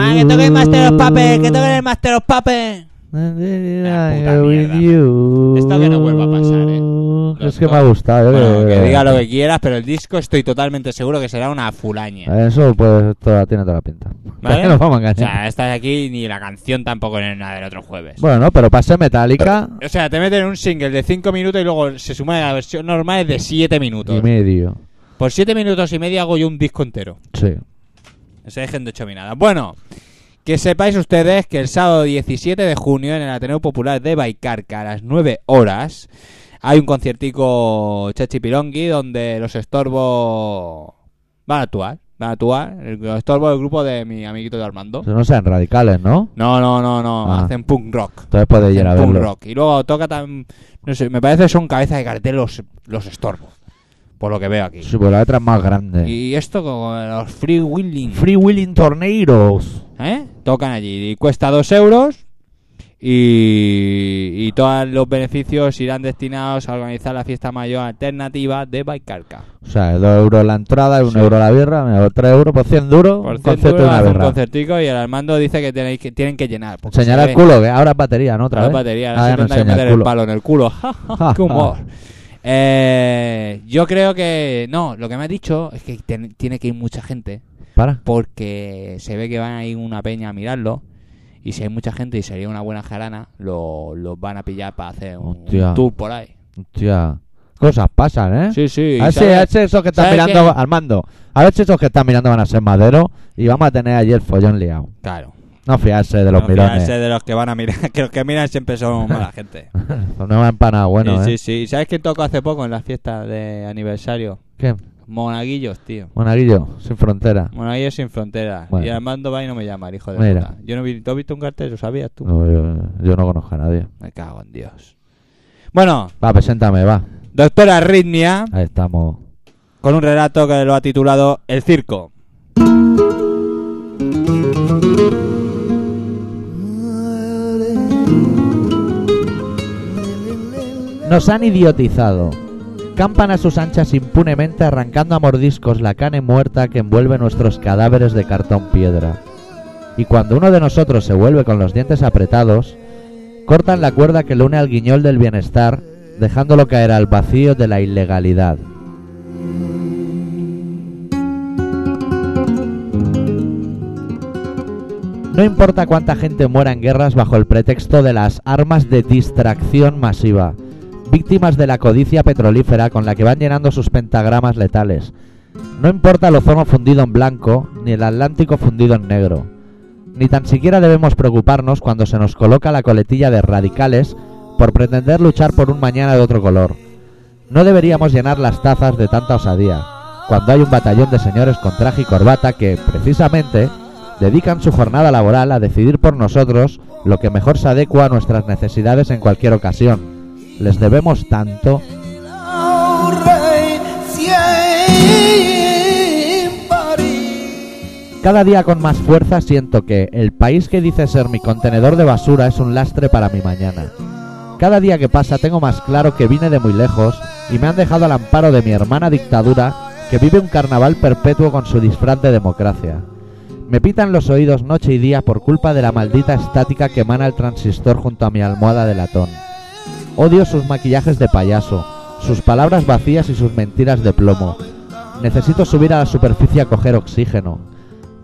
[SPEAKER 8] Ah, que toquen Master of Puppets, que toquen el oh, Master of Puppets. puta
[SPEAKER 7] with
[SPEAKER 8] mierda.
[SPEAKER 7] you.
[SPEAKER 8] Esto que no vuelva a pasar, eh. Lo
[SPEAKER 7] Es Uh, que
[SPEAKER 8] siento.
[SPEAKER 7] me ha gustado. eh, yo
[SPEAKER 8] Bueno,
[SPEAKER 7] creo
[SPEAKER 8] que diga lo que quieras, pero el disco estoy totalmente seguro que será una fulaña.
[SPEAKER 7] Eso pues toda- tiene toda la pinta.
[SPEAKER 8] ¿Vale?
[SPEAKER 7] Eh,
[SPEAKER 8] eh.
[SPEAKER 7] No nos vamos a
[SPEAKER 8] O
[SPEAKER 7] engañar.
[SPEAKER 8] sea, esta de aquí ni la canción tampoco es nada del otro jueves.
[SPEAKER 7] Bueno, no, pero para ser metálica
[SPEAKER 8] O sea, te meten un single de 5 minutos y luego se suma a la versión normal es de 7
[SPEAKER 7] y
[SPEAKER 8] minutos.
[SPEAKER 7] medio.
[SPEAKER 8] Por 7 minutos y medio hago yo un disco entero.
[SPEAKER 7] Sí.
[SPEAKER 8] No se dejen de chominadas. Bueno, que sepáis ustedes que el sábado 17 de junio en el Ateneo Popular de Baicarca a las 9 horas hay un conciertico chachipirongui donde los estorbos van a actuar. Van a actuar. El- Los estorbos del grupo de mi amiguito de Armando.
[SPEAKER 7] O sea, no sean radicales, ¿no?
[SPEAKER 8] No, no, no, no.
[SPEAKER 7] Ah.
[SPEAKER 8] Hacen punk rock.
[SPEAKER 7] Entonces podéis ir a
[SPEAKER 8] Hacen punk
[SPEAKER 7] verlo.
[SPEAKER 8] rock. Y luego toca tan... No sé, me parece que son cabeza de cartel los, los estorbos. Por lo que veo aquí.
[SPEAKER 7] Sí, pues la letra es más grande.
[SPEAKER 8] Y esto con los free wheeling.
[SPEAKER 7] Free Willing Tornadoes.
[SPEAKER 8] ¿eh? Tocan allí y cuesta dos euros y, y todos los beneficios irán destinados a organizar la fiesta mayor alternativa de Baicarca.
[SPEAKER 7] O sea, 2 euros la entrada, 1
[SPEAKER 8] Sí.
[SPEAKER 7] euro la birra, 3 euros por 100 duros,
[SPEAKER 8] Por
[SPEAKER 7] un
[SPEAKER 8] cierto,
[SPEAKER 7] concierto y una
[SPEAKER 8] hace un
[SPEAKER 7] birra.
[SPEAKER 8] concertico y el Armando dice que, tenéis que tienen que llenar. porque
[SPEAKER 7] Señala
[SPEAKER 8] se
[SPEAKER 7] el
[SPEAKER 8] ve
[SPEAKER 7] culo, que ahora es batería, ¿no? Otra
[SPEAKER 8] la
[SPEAKER 7] vez.
[SPEAKER 8] batería,
[SPEAKER 7] Ah, ya
[SPEAKER 8] ahora se
[SPEAKER 7] no
[SPEAKER 8] tendrá que
[SPEAKER 7] enseña el
[SPEAKER 8] meter el
[SPEAKER 7] culo.
[SPEAKER 8] palo en el culo. Ja, ja, ja, ¡Qué humor! Eh, yo creo que... No, lo que me ha dicho es que ten- tiene que ir mucha gente
[SPEAKER 7] Para.
[SPEAKER 8] porque se ve que van a ir una peña a mirarlo y si hay mucha gente y sería una buena jarana, lo- los van a pillar para hacer un,
[SPEAKER 7] Hostia.
[SPEAKER 8] tour por ahí.
[SPEAKER 7] Hostia. Cosas pasan, ¿eh?
[SPEAKER 8] Sí, sí.
[SPEAKER 7] a ver si-
[SPEAKER 8] ¿sabes?
[SPEAKER 7] a ver si esos que están
[SPEAKER 8] ¿sabes
[SPEAKER 7] mirando,
[SPEAKER 8] qué?
[SPEAKER 7] Armando, a ver si esos que están mirando van a ser madero y vamos a tener allí el follón liado.
[SPEAKER 8] Claro.
[SPEAKER 7] No fiarse de los
[SPEAKER 8] No
[SPEAKER 7] mirones.
[SPEAKER 8] fiarse de los que van a mirar, que los que miran siempre son mala gente.
[SPEAKER 7] Pues no me ha empanado, bueno,
[SPEAKER 8] sí,
[SPEAKER 7] ¿eh?
[SPEAKER 8] sí, sí. ¿Sabes quién tocó hace poco en la fiesta de aniversario?
[SPEAKER 7] ¿Qué?
[SPEAKER 8] Monaguillos, tío.
[SPEAKER 7] Monaguillo, sin frontera.
[SPEAKER 8] Monaguillos sin fronteras.
[SPEAKER 7] Bueno.
[SPEAKER 8] Y Armando va y no me llama, el hijo de
[SPEAKER 7] Mira.
[SPEAKER 8] puta. Yo no vi, ¿tú has visto un cartel? ¿Lo sabías tú?
[SPEAKER 7] No, yo, yo no conozco a nadie.
[SPEAKER 8] Me cago en Dios. Bueno,
[SPEAKER 7] Va, preséntame, va.
[SPEAKER 8] doctora Arritmia.
[SPEAKER 7] Ahí estamos.
[SPEAKER 8] con un relato que lo ha titulado El circo.
[SPEAKER 7] Nos han idiotizado. Campan a sus anchas impunemente arrancando a mordiscos la cane muerta que envuelve nuestros cadáveres de cartón piedra. Y cuando uno de nosotros se vuelve con los dientes apretados, cortan la cuerda que le une al guiñol del bienestar, dejándolo caer al vacío de la ilegalidad. No importa cuánta gente muera en guerras bajo el pretexto de las armas de distracción masiva, víctimas de la codicia petrolífera con la que van llenando sus pentagramas letales. No importa el ozono fundido en blanco, ni el Atlántico fundido en negro. Ni tan siquiera debemos preocuparnos cuando se nos coloca la coletilla de radicales por pretender luchar por un mañana de otro color. No deberíamos llenar las tazas de tanta osadía, cuando hay un batallón de señores con traje y corbata que, precisamente, dedican su jornada laboral a decidir por nosotros lo que mejor se adecua a nuestras necesidades en cualquier ocasión. Les debemos tanto. Cada día con más fuerza siento que el país que dice ser mi contenedor de basura es un lastre para mi mañana. Cada día que pasa tengo más claro que vine de muy lejos y me han dejado al amparo de mi hermana dictadura que vive un carnaval perpetuo con su disfraz de democracia. Me pitan los oídos noche y día por culpa de la maldita estática que emana el transistor junto a mi almohada de latón. Odio sus maquillajes de payaso, sus palabras vacías y sus mentiras de plomo. Necesito subir a la superficie a coger oxígeno.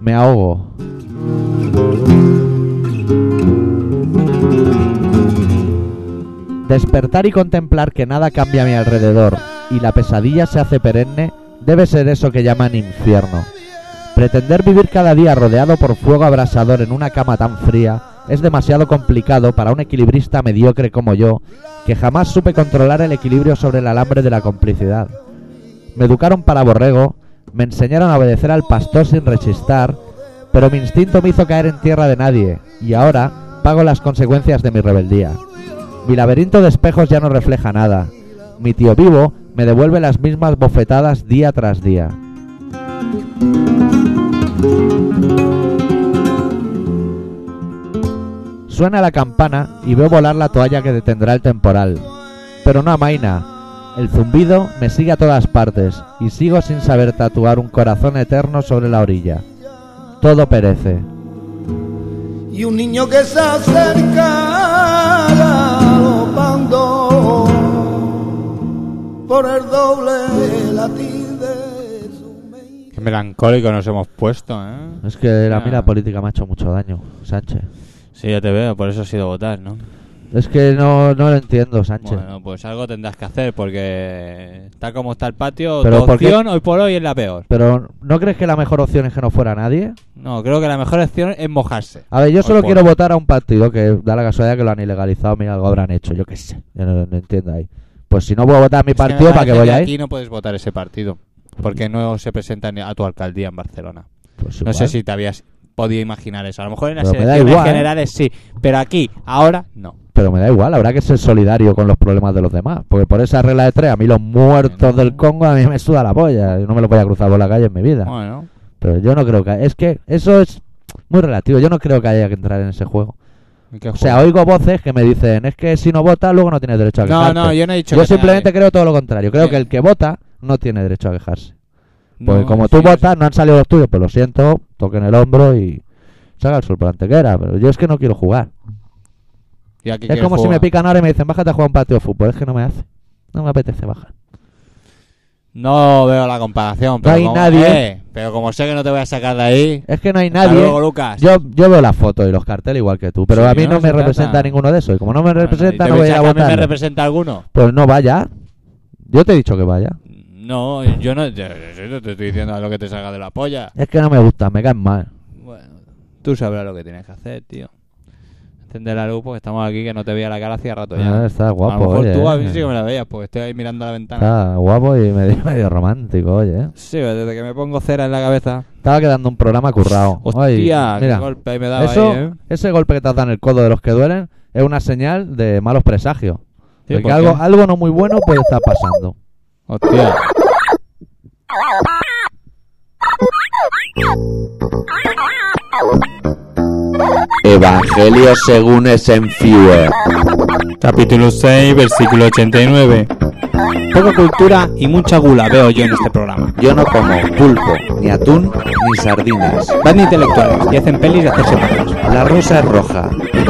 [SPEAKER 7] Me ahogo. Despertar y contemplar que nada cambia a mi alrededor y la pesadilla se hace perenne debe ser eso que llaman infierno. Pretender vivir cada día rodeado por fuego abrasador en una cama tan fría es demasiado complicado para un equilibrista mediocre como yo, que jamás supe controlar el equilibrio sobre el alambre de la complicidad. Me educaron para borrego, me enseñaron a obedecer al pastor sin rechistar, pero mi instinto me hizo caer en tierra de nadie, y ahora pago las consecuencias de mi rebeldía. Mi laberinto de espejos ya no refleja nada. Mi tío vivo me devuelve las mismas bofetadas día tras día. Suena la campana y veo volar la toalla que detendrá el temporal. Pero no amaina. El zumbido me sigue a todas partes y sigo sin saber tatuar un corazón eterno sobre la orilla. Todo perece.
[SPEAKER 9] y un niño que se acerca galopando por el doble latín de su mente.
[SPEAKER 8] Qué melancólico nos hemos puesto, ¿eh?
[SPEAKER 7] Es que a mí
[SPEAKER 8] Ah.
[SPEAKER 7] la política me ha hecho mucho daño, Sánchez.
[SPEAKER 8] Sí, ya te veo, por eso has ido a votar, ¿no?
[SPEAKER 7] Es que no, no lo entiendo, Sánchez.
[SPEAKER 8] Bueno, pues algo tendrás que hacer porque tal como está el patio,
[SPEAKER 7] Pero
[SPEAKER 8] tu
[SPEAKER 7] ¿por qué?
[SPEAKER 8] opción hoy por hoy es la peor.
[SPEAKER 7] Pero ¿no crees que la mejor opción es que no fuera nadie?
[SPEAKER 8] No, creo que la mejor opción es mojarse.
[SPEAKER 7] A ver, yo
[SPEAKER 8] Hoy
[SPEAKER 7] solo
[SPEAKER 8] por
[SPEAKER 7] quiero
[SPEAKER 8] hoy.
[SPEAKER 7] votar a un partido que da la casualidad que lo han ilegalizado, mira, algo habrán hecho, yo qué sé, yo no, no entiendo ahí. Pues si no puedo votar a mi
[SPEAKER 8] Es que me
[SPEAKER 7] partido, ¿para
[SPEAKER 8] parece
[SPEAKER 7] qué voy a
[SPEAKER 8] Aquí
[SPEAKER 7] ir?
[SPEAKER 8] no puedes votar ese partido porque no se presenta ni a tu alcaldía en Barcelona.
[SPEAKER 7] Pues
[SPEAKER 8] No
[SPEAKER 7] igual.
[SPEAKER 8] sé si te habías podido imaginar eso. A lo mejor en las
[SPEAKER 7] Pero me da
[SPEAKER 8] elecciones
[SPEAKER 7] igual, ¿eh?
[SPEAKER 8] generales sí, pero aquí, ahora, no.
[SPEAKER 7] Pero me da igual, habrá que ser solidario con los problemas de los demás. Porque por esa regla de tres, a mí los muertos
[SPEAKER 8] Bueno.
[SPEAKER 7] del Congo a mí me suda la polla. Yo no me los voy a cruzar por la calle en mi vida.
[SPEAKER 8] Bueno,
[SPEAKER 7] Pero yo no creo que... Es que eso es muy relativo. Yo no creo que haya que entrar en ese juego.
[SPEAKER 8] ¿y qué
[SPEAKER 7] O sea,
[SPEAKER 8] juego?
[SPEAKER 7] oigo voces que me dicen, es que si no votas, luego no tienes derecho a
[SPEAKER 8] No,
[SPEAKER 7] quejarte.
[SPEAKER 8] no, yo no he dicho
[SPEAKER 7] Yo
[SPEAKER 8] que sea-
[SPEAKER 7] simplemente creo todo lo contrario. Creo
[SPEAKER 8] Sí.
[SPEAKER 7] que el que vota no tiene derecho a quejarse. Porque
[SPEAKER 8] No,
[SPEAKER 7] como
[SPEAKER 8] sí,
[SPEAKER 7] tú
[SPEAKER 8] yo sé.
[SPEAKER 7] votas, no han salido los tuyos. Pues lo siento, toquen el hombro y saca el sol por la antequera. Pero yo es que no quiero jugar.
[SPEAKER 8] ¿Y a qué
[SPEAKER 7] Es
[SPEAKER 8] quieres
[SPEAKER 7] como si me
[SPEAKER 8] jugar?
[SPEAKER 7] pican ahora y me dicen, bájate a jugar un partido de fútbol. Es que no me hace. No me apetece bajar.
[SPEAKER 8] No Eh, veo la comparación, pero
[SPEAKER 7] hay
[SPEAKER 8] como,
[SPEAKER 7] nadie.
[SPEAKER 8] eh, pero como sé que no te voy a sacar de ahí,
[SPEAKER 7] Es que no hay
[SPEAKER 8] Hasta
[SPEAKER 7] nadie.
[SPEAKER 8] luego, Lucas.
[SPEAKER 7] Yo, yo veo las fotos y los carteles igual que tú, pero
[SPEAKER 8] Sí,
[SPEAKER 7] a mí no,
[SPEAKER 8] no
[SPEAKER 7] me
[SPEAKER 8] se
[SPEAKER 7] representa
[SPEAKER 8] trata.
[SPEAKER 7] ninguno de eso. Y como no me
[SPEAKER 8] Bueno,
[SPEAKER 7] representa,
[SPEAKER 8] ¿y te
[SPEAKER 7] no voy a ir
[SPEAKER 8] piensas
[SPEAKER 7] a
[SPEAKER 8] que mí me
[SPEAKER 7] votar.
[SPEAKER 8] representa alguno?
[SPEAKER 7] Pues no vaya. Yo te he dicho que vaya.
[SPEAKER 8] No, yo no, yo- yo no te estoy diciendo lo que te salga de la polla.
[SPEAKER 7] Es que no me gusta, me caen mal.
[SPEAKER 8] Bueno, tú sabrás lo que tienes que hacer, tío. Encender la luz porque estamos aquí que no te veía la cara hacía rato ya.
[SPEAKER 7] Ah, está
[SPEAKER 8] a lo
[SPEAKER 7] guapo,
[SPEAKER 8] mejor
[SPEAKER 7] oye.
[SPEAKER 8] tú a mí
[SPEAKER 7] eh.
[SPEAKER 8] sí que me la veías porque estoy ahí mirando a la ventana.
[SPEAKER 7] Está guapo y medio, medio romántico, oye. eh.
[SPEAKER 8] Sí, desde que me pongo cera en la cabeza.
[SPEAKER 7] Estaba quedando un programa currado. Ay,
[SPEAKER 8] Hostia, qué
[SPEAKER 7] mira,
[SPEAKER 8] golpe ahí me daba
[SPEAKER 7] eso,
[SPEAKER 8] ahí, ¿eh?
[SPEAKER 7] ese golpe que te has dado en el codo de los que duelen es una señal de malos presagios.
[SPEAKER 8] Sí,
[SPEAKER 7] de que
[SPEAKER 8] ¿por
[SPEAKER 7] algo,
[SPEAKER 8] qué?
[SPEAKER 7] algo no muy bueno puede estar pasando.
[SPEAKER 8] Hostia.
[SPEAKER 2] Evangelio según es en
[SPEAKER 8] Capítulo 6, versículo 89. Poca cultura y mucha gula veo yo en este programa.
[SPEAKER 2] Yo no como pulpo, ni atún, ni sardinas.
[SPEAKER 8] Van intelectuales y hacen pelis de hacerse malos.
[SPEAKER 2] La rosa es roja, el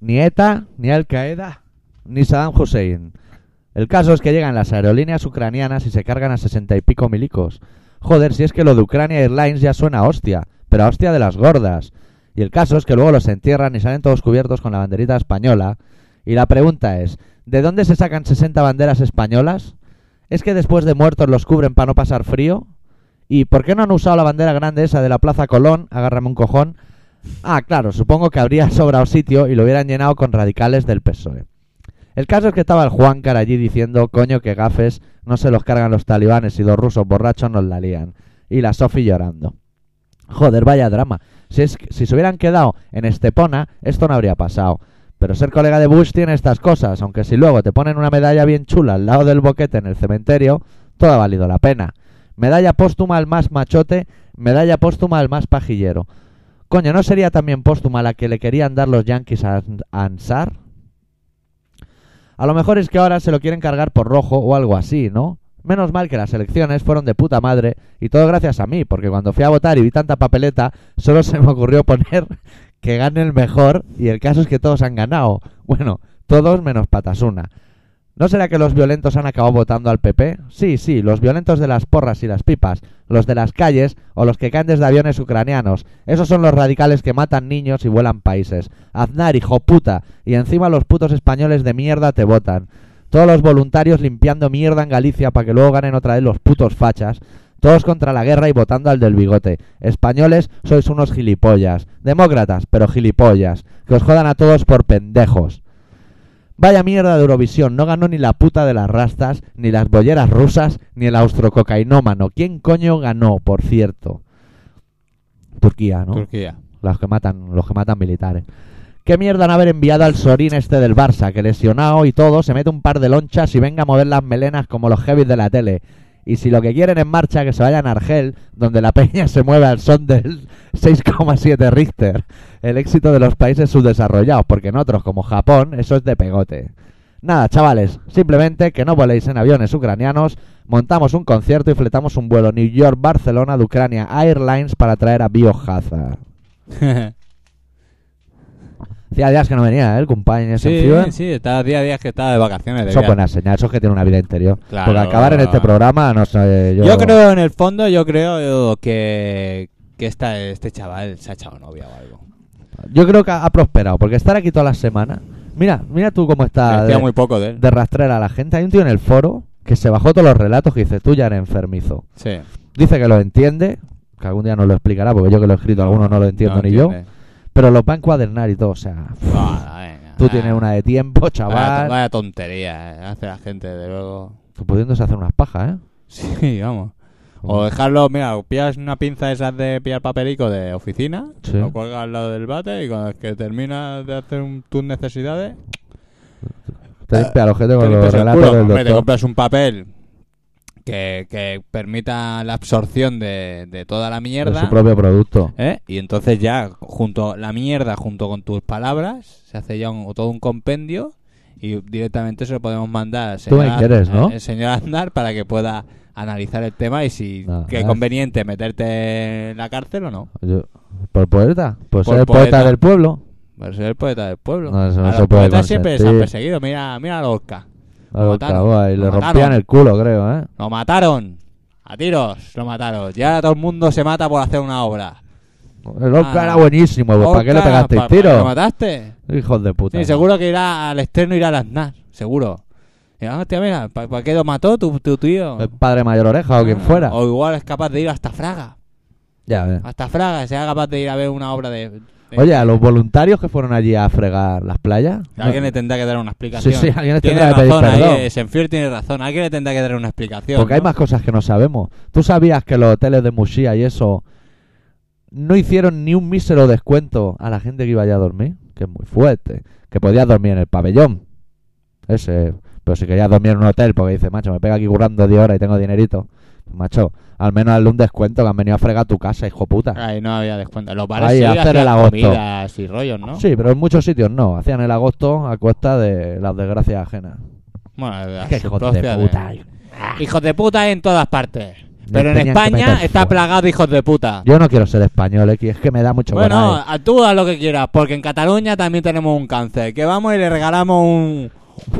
[SPEAKER 7] Ni ETA, ni Al Qaeda, ni Saddam Hussein. El caso es que llegan las aerolíneas ucranianas y se cargan a sesenta y pico milicos. Joder, si es que lo de Ucrania Airlines ya suena a hostia, pero a hostia de las gordas. Y el caso es que luego los entierran y salen todos cubiertos con la banderita española. Y la pregunta es, ¿de dónde se sacan 60 banderas españolas? ¿Es que después de muertos los cubren para no pasar frío? ¿Y por qué no han usado la bandera grande esa de la Plaza Colón? Agárrame un cojón. Ah, claro, supongo que habría sobrado sitio y lo hubieran llenado con radicales del PSOE. E. El caso es que estaba el Juan Car allí diciendo, coño, que gafes, no se los cargan los talibanes y los rusos borrachos nos la lían. Y la Sofi llorando. Joder, vaya drama. Si, es, que- si se hubieran quedado en Estepona, esto no habría pasado. Pero ser colega de Bush tiene estas cosas, aunque si luego te ponen una medalla bien chula al lado del boquete en el cementerio, todo ha valido la pena. Medalla póstuma al más machote, medalla póstuma al más pajillero. Coño, ¿no sería también póstuma la que le querían dar los Yankees a Ans- a Ansar? A lo mejor es que ahora se lo quieren cargar por rojo o algo así, ¿no? Menos mal que las elecciones fueron de puta madre y todo gracias a mí, porque cuando fui a votar y vi tanta papeleta, solo se me ocurrió poner que gane el mejor y el caso es que todos han ganado. Bueno, todos menos Patasuna. ¿No será que los violentos han acabado votando al PP? Sí, sí, los violentos de las porras y las pipas, los de las calles o los que caen desde aviones ucranianos. Esos son los radicales que matan niños y vuelan países. Aznar, hijo puta, y encima los putos españoles de mierda te votan. Todos los voluntarios limpiando mierda en Galicia para que luego ganen otra vez los putos fachas. Todos contra la guerra y votando al del bigote. Españoles sois unos gilipollas. Demócratas, pero gilipollas. Que os jodan a todos por pendejos. Vaya mierda de Eurovisión, no ganó ni la puta de las rastas, ni las bolleras rusas, ni el austrococainómano. ¿Quién coño ganó, por cierto? Turquía, ¿no?
[SPEAKER 8] Turquía.
[SPEAKER 7] Los que matan, los que matan militares. ¿Qué mierda no haber enviado al Sorín este del Barça, que lesionado y todo, se mete un par de lonchas y venga a mover las melenas como los heavies de la tele? Y si lo que quieren es marcha, que se vayan a Argel, donde la peña se mueve al son del 6,7 Richter. El éxito de los países subdesarrollados, porque en otros, como Japón, eso es de pegote. Nada, chavales, simplemente que no voléis en aviones ucranianos, montamos un concierto y fletamos un vuelo New York-Barcelona de Ucrania Airlines para traer a Biohazard. Hacía días que no venía, ¿eh? El compañero ese en
[SPEAKER 8] sí,
[SPEAKER 7] Fiverr.
[SPEAKER 8] sí, estaba día a día que estaba de vacaciones. de
[SPEAKER 7] eh? Eso es
[SPEAKER 8] viaje.
[SPEAKER 7] buena señal, eso es que tiene una vida interior.
[SPEAKER 8] Claro.
[SPEAKER 7] Porque acabar en este programa, no sé, yo...
[SPEAKER 8] Yo creo, en el fondo, yo creo que, que esta, este chaval se ha echado novia o algo.
[SPEAKER 7] Yo creo que ha ha prosperado, porque estar aquí todas las semanas... Mira, mira tú cómo está
[SPEAKER 8] Hacía
[SPEAKER 7] Ah, de,
[SPEAKER 8] muy poco de él.
[SPEAKER 7] de rastrera la gente. Hay un tío en el foro que se bajó todos los relatos que dice, tú ya eres enfermizo.
[SPEAKER 8] Sí.
[SPEAKER 7] Dice que lo entiende, que algún día nos lo explicará, porque yo que lo he escrito, algunos no lo entiendo ni yo, pero los va a encuadernar y todo, o sea... Tú tienes una de tiempo,
[SPEAKER 8] Vaya,
[SPEAKER 7] chaval.
[SPEAKER 8] vaya tontería, eh, hace la gente, de luego.
[SPEAKER 7] Pues Pudiéndose hacer unas pajas, ¿eh?
[SPEAKER 8] Sí, vamos. O dejarlo, mira, pillas una pinza esas de pillar papelico de oficina,
[SPEAKER 7] Sí.
[SPEAKER 8] lo cuelgas al lado del bate y cuando es que terminas de hacer un- tus necesidades,
[SPEAKER 7] Te limpia el ojete
[SPEAKER 8] Eh, te
[SPEAKER 7] con los
[SPEAKER 8] limpias el
[SPEAKER 7] relatos
[SPEAKER 8] culo.
[SPEAKER 7] del
[SPEAKER 8] Hombre, te
[SPEAKER 7] doctor.
[SPEAKER 8] compras un papel que, que permita la absorción de, de toda la
[SPEAKER 7] de
[SPEAKER 8] mierda.
[SPEAKER 7] su propio producto.
[SPEAKER 8] ¿eh? Y entonces ya, junto la mierda, junto con tus palabras, se hace ya un- todo un compendio y directamente se lo podemos mandar al
[SPEAKER 7] Tú me
[SPEAKER 8] señor, An-
[SPEAKER 7] quieres, ¿no?
[SPEAKER 8] al señor Aznar para que pueda analizar el tema y si
[SPEAKER 7] Nada.
[SPEAKER 8] qué conveniente meterte en la cárcel o no.
[SPEAKER 7] Yo- ¿Por poeta? Pues
[SPEAKER 8] Por
[SPEAKER 7] ser el poeta,
[SPEAKER 8] poeta.
[SPEAKER 7] del pueblo.
[SPEAKER 8] Para ser el poeta del pueblo.
[SPEAKER 7] No, eso no
[SPEAKER 8] a
[SPEAKER 7] se
[SPEAKER 8] los
[SPEAKER 7] puede
[SPEAKER 8] poetas siempre se han
[SPEAKER 7] consentir.
[SPEAKER 8] perseguido. Mira, mira a Lorca.
[SPEAKER 7] A los
[SPEAKER 8] mataron,
[SPEAKER 7] cagó y
[SPEAKER 8] lo
[SPEAKER 7] le
[SPEAKER 8] mataron.
[SPEAKER 7] rompían el culo, creo, ¿eh?
[SPEAKER 8] Lo mataron. A tiros, lo mataron. Y ahora todo el mundo se mata por hacer una obra.
[SPEAKER 7] El Orca
[SPEAKER 8] Ah.
[SPEAKER 7] era buenísimo, pues, ¿para qué le
[SPEAKER 8] Lorca,
[SPEAKER 7] pegasteis
[SPEAKER 8] pa- pa-
[SPEAKER 7] tiro?
[SPEAKER 8] ¿Lo mataste?
[SPEAKER 7] Hijos de puta.
[SPEAKER 8] Sí, seguro que irá al estreno, irá al Aznar, seguro. Y, ah, hostia, mira, ¿para qué lo mató tu, tu tío?
[SPEAKER 7] El padre mayor oreja o quien Eh, fuera.
[SPEAKER 8] Ah, O Ah, igual es capaz de ir hasta Fraga.
[SPEAKER 7] Ya ves.
[SPEAKER 8] Hasta Fraga, sea capaz de ir a ver una obra de. de-
[SPEAKER 7] Oye, a los voluntarios que fueron allí a fregar las playas.
[SPEAKER 8] Alguien
[SPEAKER 7] no-
[SPEAKER 8] le tendrá que dar una explicación.
[SPEAKER 7] Sí, sí, alguien le
[SPEAKER 8] Tiene
[SPEAKER 7] tendrá que pedir
[SPEAKER 8] razón ahí,
[SPEAKER 7] perdón.
[SPEAKER 8] eh, Senfier tiene razón. Alguien le tendrá que dar una explicación.
[SPEAKER 7] Porque hay
[SPEAKER 8] ¿no?
[SPEAKER 7] más cosas que no sabemos. ¿Tú sabías que los hoteles de Mushia y eso no hicieron ni un mísero descuento a la gente que iba allá a dormir? Que es muy fuerte. Que podías dormir en el pabellón. Ese. Pero si querías dormir en un hotel, porque dices, macho, me pega aquí currando 10 horas y tengo dinerito. Pues, macho, al menos hazle un descuento que han venido a fregar tu casa, hijo puta.
[SPEAKER 8] Ahí no había descuento. Los bares
[SPEAKER 7] Ahí,
[SPEAKER 8] sí
[SPEAKER 7] hacer
[SPEAKER 8] hacían
[SPEAKER 7] el agosto.
[SPEAKER 8] comidas y rollos, ¿no?
[SPEAKER 7] Sí, pero en muchos sitios no. Hacían el agosto a cuesta de las desgracias ajenas.
[SPEAKER 8] Bueno, de-
[SPEAKER 7] Qué
[SPEAKER 8] su
[SPEAKER 7] hijos de
[SPEAKER 8] propia
[SPEAKER 7] puta.
[SPEAKER 8] Hijos de puta en todas partes.
[SPEAKER 7] Les
[SPEAKER 8] Pero en
[SPEAKER 7] tenían que
[SPEAKER 8] España
[SPEAKER 7] meter
[SPEAKER 8] está
[SPEAKER 7] fuera.
[SPEAKER 8] plagado de hijos de puta.
[SPEAKER 7] Yo no quiero ser español, X, es que me da mucho
[SPEAKER 8] Bueno,
[SPEAKER 7] coraje.
[SPEAKER 8] a- tú haz lo que quieras, porque en Cataluña también tenemos un cáncer. Que vamos y le regalamos un, un,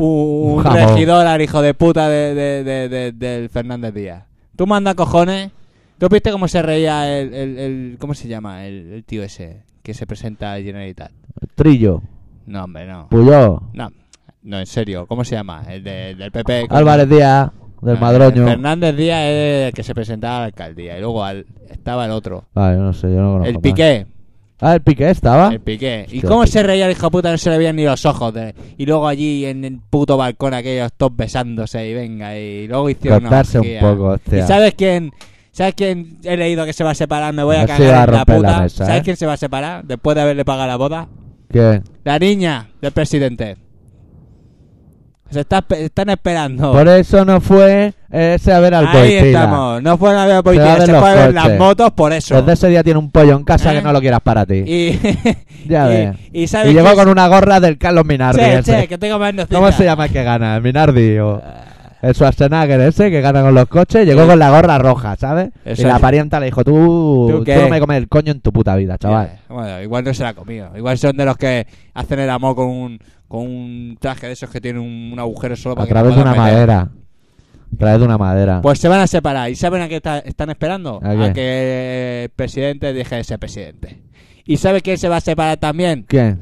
[SPEAKER 7] Un jamón.
[SPEAKER 8] regidor al hijo de puta de, de- de- de- del Fernández Díaz. Tú manda cojones. ¿Tú viste cómo se reía el. el- el- ¿Cómo se llama? El, el tío ese que se presenta al Generalitat.
[SPEAKER 7] Trillo,
[SPEAKER 8] No, hombre, no.
[SPEAKER 7] Puyol,
[SPEAKER 8] No, no, en serio. ¿Cómo se llama? El de- del PP. ¿cómo?
[SPEAKER 7] Álvarez Díaz, del
[SPEAKER 8] No,
[SPEAKER 7] Madroño.
[SPEAKER 8] Fernández Díaz es el que se presentaba a la alcaldía. Y luego al- estaba el otro.
[SPEAKER 7] Vale, no sé, yo no conozco.
[SPEAKER 8] el
[SPEAKER 7] más.
[SPEAKER 8] Piqué.
[SPEAKER 7] Ah, el piqué estaba.
[SPEAKER 8] El Piqué. ¿Y
[SPEAKER 7] Hostia,
[SPEAKER 8] cómo
[SPEAKER 7] el
[SPEAKER 8] se reía el hijo puta? No se le veían ni los ojos. de- Y luego allí en el puto balcón aquellos todos besándose y venga. Y luego hicieron una
[SPEAKER 7] Cortarse un
[SPEAKER 8] orgía.
[SPEAKER 7] poco, hostia.
[SPEAKER 8] ¿Y sabes quién? ¿Sabes quién he leído que se va a separar? Me voy a,
[SPEAKER 7] A ver si va a
[SPEAKER 8] cagar en la
[SPEAKER 7] romper la
[SPEAKER 8] puta.
[SPEAKER 7] mesa,
[SPEAKER 8] ¿Sabes
[SPEAKER 7] ¿eh?
[SPEAKER 8] quién se va a separar después de haberle pagado la boda?
[SPEAKER 7] ¿Qué?
[SPEAKER 8] La niña del presidente. Se está, están esperando.
[SPEAKER 7] Por eso no fue ese a ver al
[SPEAKER 8] Ahí
[SPEAKER 7] Boitila.
[SPEAKER 8] estamos. No fueron a ver
[SPEAKER 7] Se va a
[SPEAKER 8] Boitila,
[SPEAKER 7] ver
[SPEAKER 8] se
[SPEAKER 7] los
[SPEAKER 8] fue a ver las
[SPEAKER 7] coches.
[SPEAKER 8] motos por eso.
[SPEAKER 7] Desde ese día tiene un pollo en casa
[SPEAKER 8] ¿Eh?
[SPEAKER 7] que no lo quieras para ti.
[SPEAKER 8] Y,
[SPEAKER 7] Ya
[SPEAKER 8] y-
[SPEAKER 7] ves.
[SPEAKER 8] y
[SPEAKER 7] Y,
[SPEAKER 8] sabes
[SPEAKER 7] llegó
[SPEAKER 8] que-
[SPEAKER 7] con una gorra del Carlos Minardi.
[SPEAKER 8] Che,
[SPEAKER 7] ese.
[SPEAKER 8] che, que tengo más nocita.
[SPEAKER 7] ¿Cómo se llama el que gana? ¿El Minardi o
[SPEAKER 8] Ah.
[SPEAKER 7] el Schwarzenegger ese que gana con los coches? Llegó con la gorra roja, ¿sabes?
[SPEAKER 8] Eso
[SPEAKER 7] y la
[SPEAKER 8] es.
[SPEAKER 7] parienta le dijo, tú,
[SPEAKER 8] ¿Tú
[SPEAKER 7] tú
[SPEAKER 8] qué?
[SPEAKER 7] no me comes el coño en tu puta vida, chaval.
[SPEAKER 8] Ya, Bueno, igual no se la ha comido. Igual son de los que hacen el amor con un, con un traje de esos que tiene un, un agujero solo para
[SPEAKER 7] A
[SPEAKER 8] que no
[SPEAKER 7] través de una
[SPEAKER 8] puedan meter.
[SPEAKER 7] madera. A través de una madera.
[SPEAKER 8] Pues se van a separar. ¿Y saben a qué está- están esperando?
[SPEAKER 7] ¿A qué?
[SPEAKER 8] que el presidente deje de ser presidente. ¿Y sabe quién se va a separar también?
[SPEAKER 7] ¿Quién?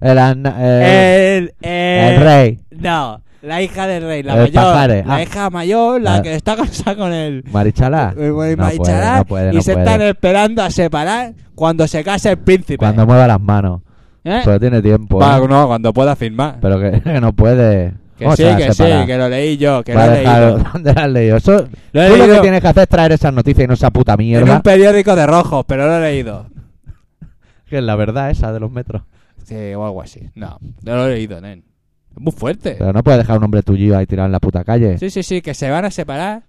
[SPEAKER 7] El, Azna- el-
[SPEAKER 8] El, el-
[SPEAKER 7] el rey.
[SPEAKER 8] No, la hija del rey, la
[SPEAKER 7] El
[SPEAKER 8] mayor.
[SPEAKER 7] pajares,
[SPEAKER 8] La
[SPEAKER 7] ah.
[SPEAKER 8] hija mayor, la
[SPEAKER 7] Ah.
[SPEAKER 8] que está casada con el.
[SPEAKER 7] Marichalá.
[SPEAKER 8] el buen
[SPEAKER 7] No puede,
[SPEAKER 8] Maichará,
[SPEAKER 7] no puede,
[SPEAKER 8] y
[SPEAKER 7] no
[SPEAKER 8] se
[SPEAKER 7] puede.
[SPEAKER 8] están esperando a separar cuando se case el príncipe.
[SPEAKER 7] Cuando mueva las manos.
[SPEAKER 8] ¿Eh?
[SPEAKER 7] Pero tiene tiempo.
[SPEAKER 8] Va,
[SPEAKER 7] ¿eh?
[SPEAKER 8] no, cuando pueda firmar.
[SPEAKER 7] Pero que, que no puede.
[SPEAKER 8] Que
[SPEAKER 7] ¿Cómo
[SPEAKER 8] sí,
[SPEAKER 7] se va a
[SPEAKER 8] que
[SPEAKER 7] separar?
[SPEAKER 8] sí, que lo leí yo, que
[SPEAKER 7] Va a
[SPEAKER 8] lo he
[SPEAKER 7] dejar-
[SPEAKER 8] leído.
[SPEAKER 7] ¿Dónde lo has leído? Eso,
[SPEAKER 8] Lo he
[SPEAKER 7] tú lo
[SPEAKER 8] leído.
[SPEAKER 7] que tienes que hacer es traer esas noticias y no esa puta
[SPEAKER 8] En
[SPEAKER 7] mierda.
[SPEAKER 8] un periódico de rojos, pero lo he leído.
[SPEAKER 7] Que es la verdad esa de los metros.
[SPEAKER 8] eh, o algo así. No, no lo he leído, nen. Es muy fuerte.
[SPEAKER 7] Pero no puedes dejar un hombre tuyo ahí tirado en la puta calle.
[SPEAKER 8] Sí, sí, sí, que se van a separar.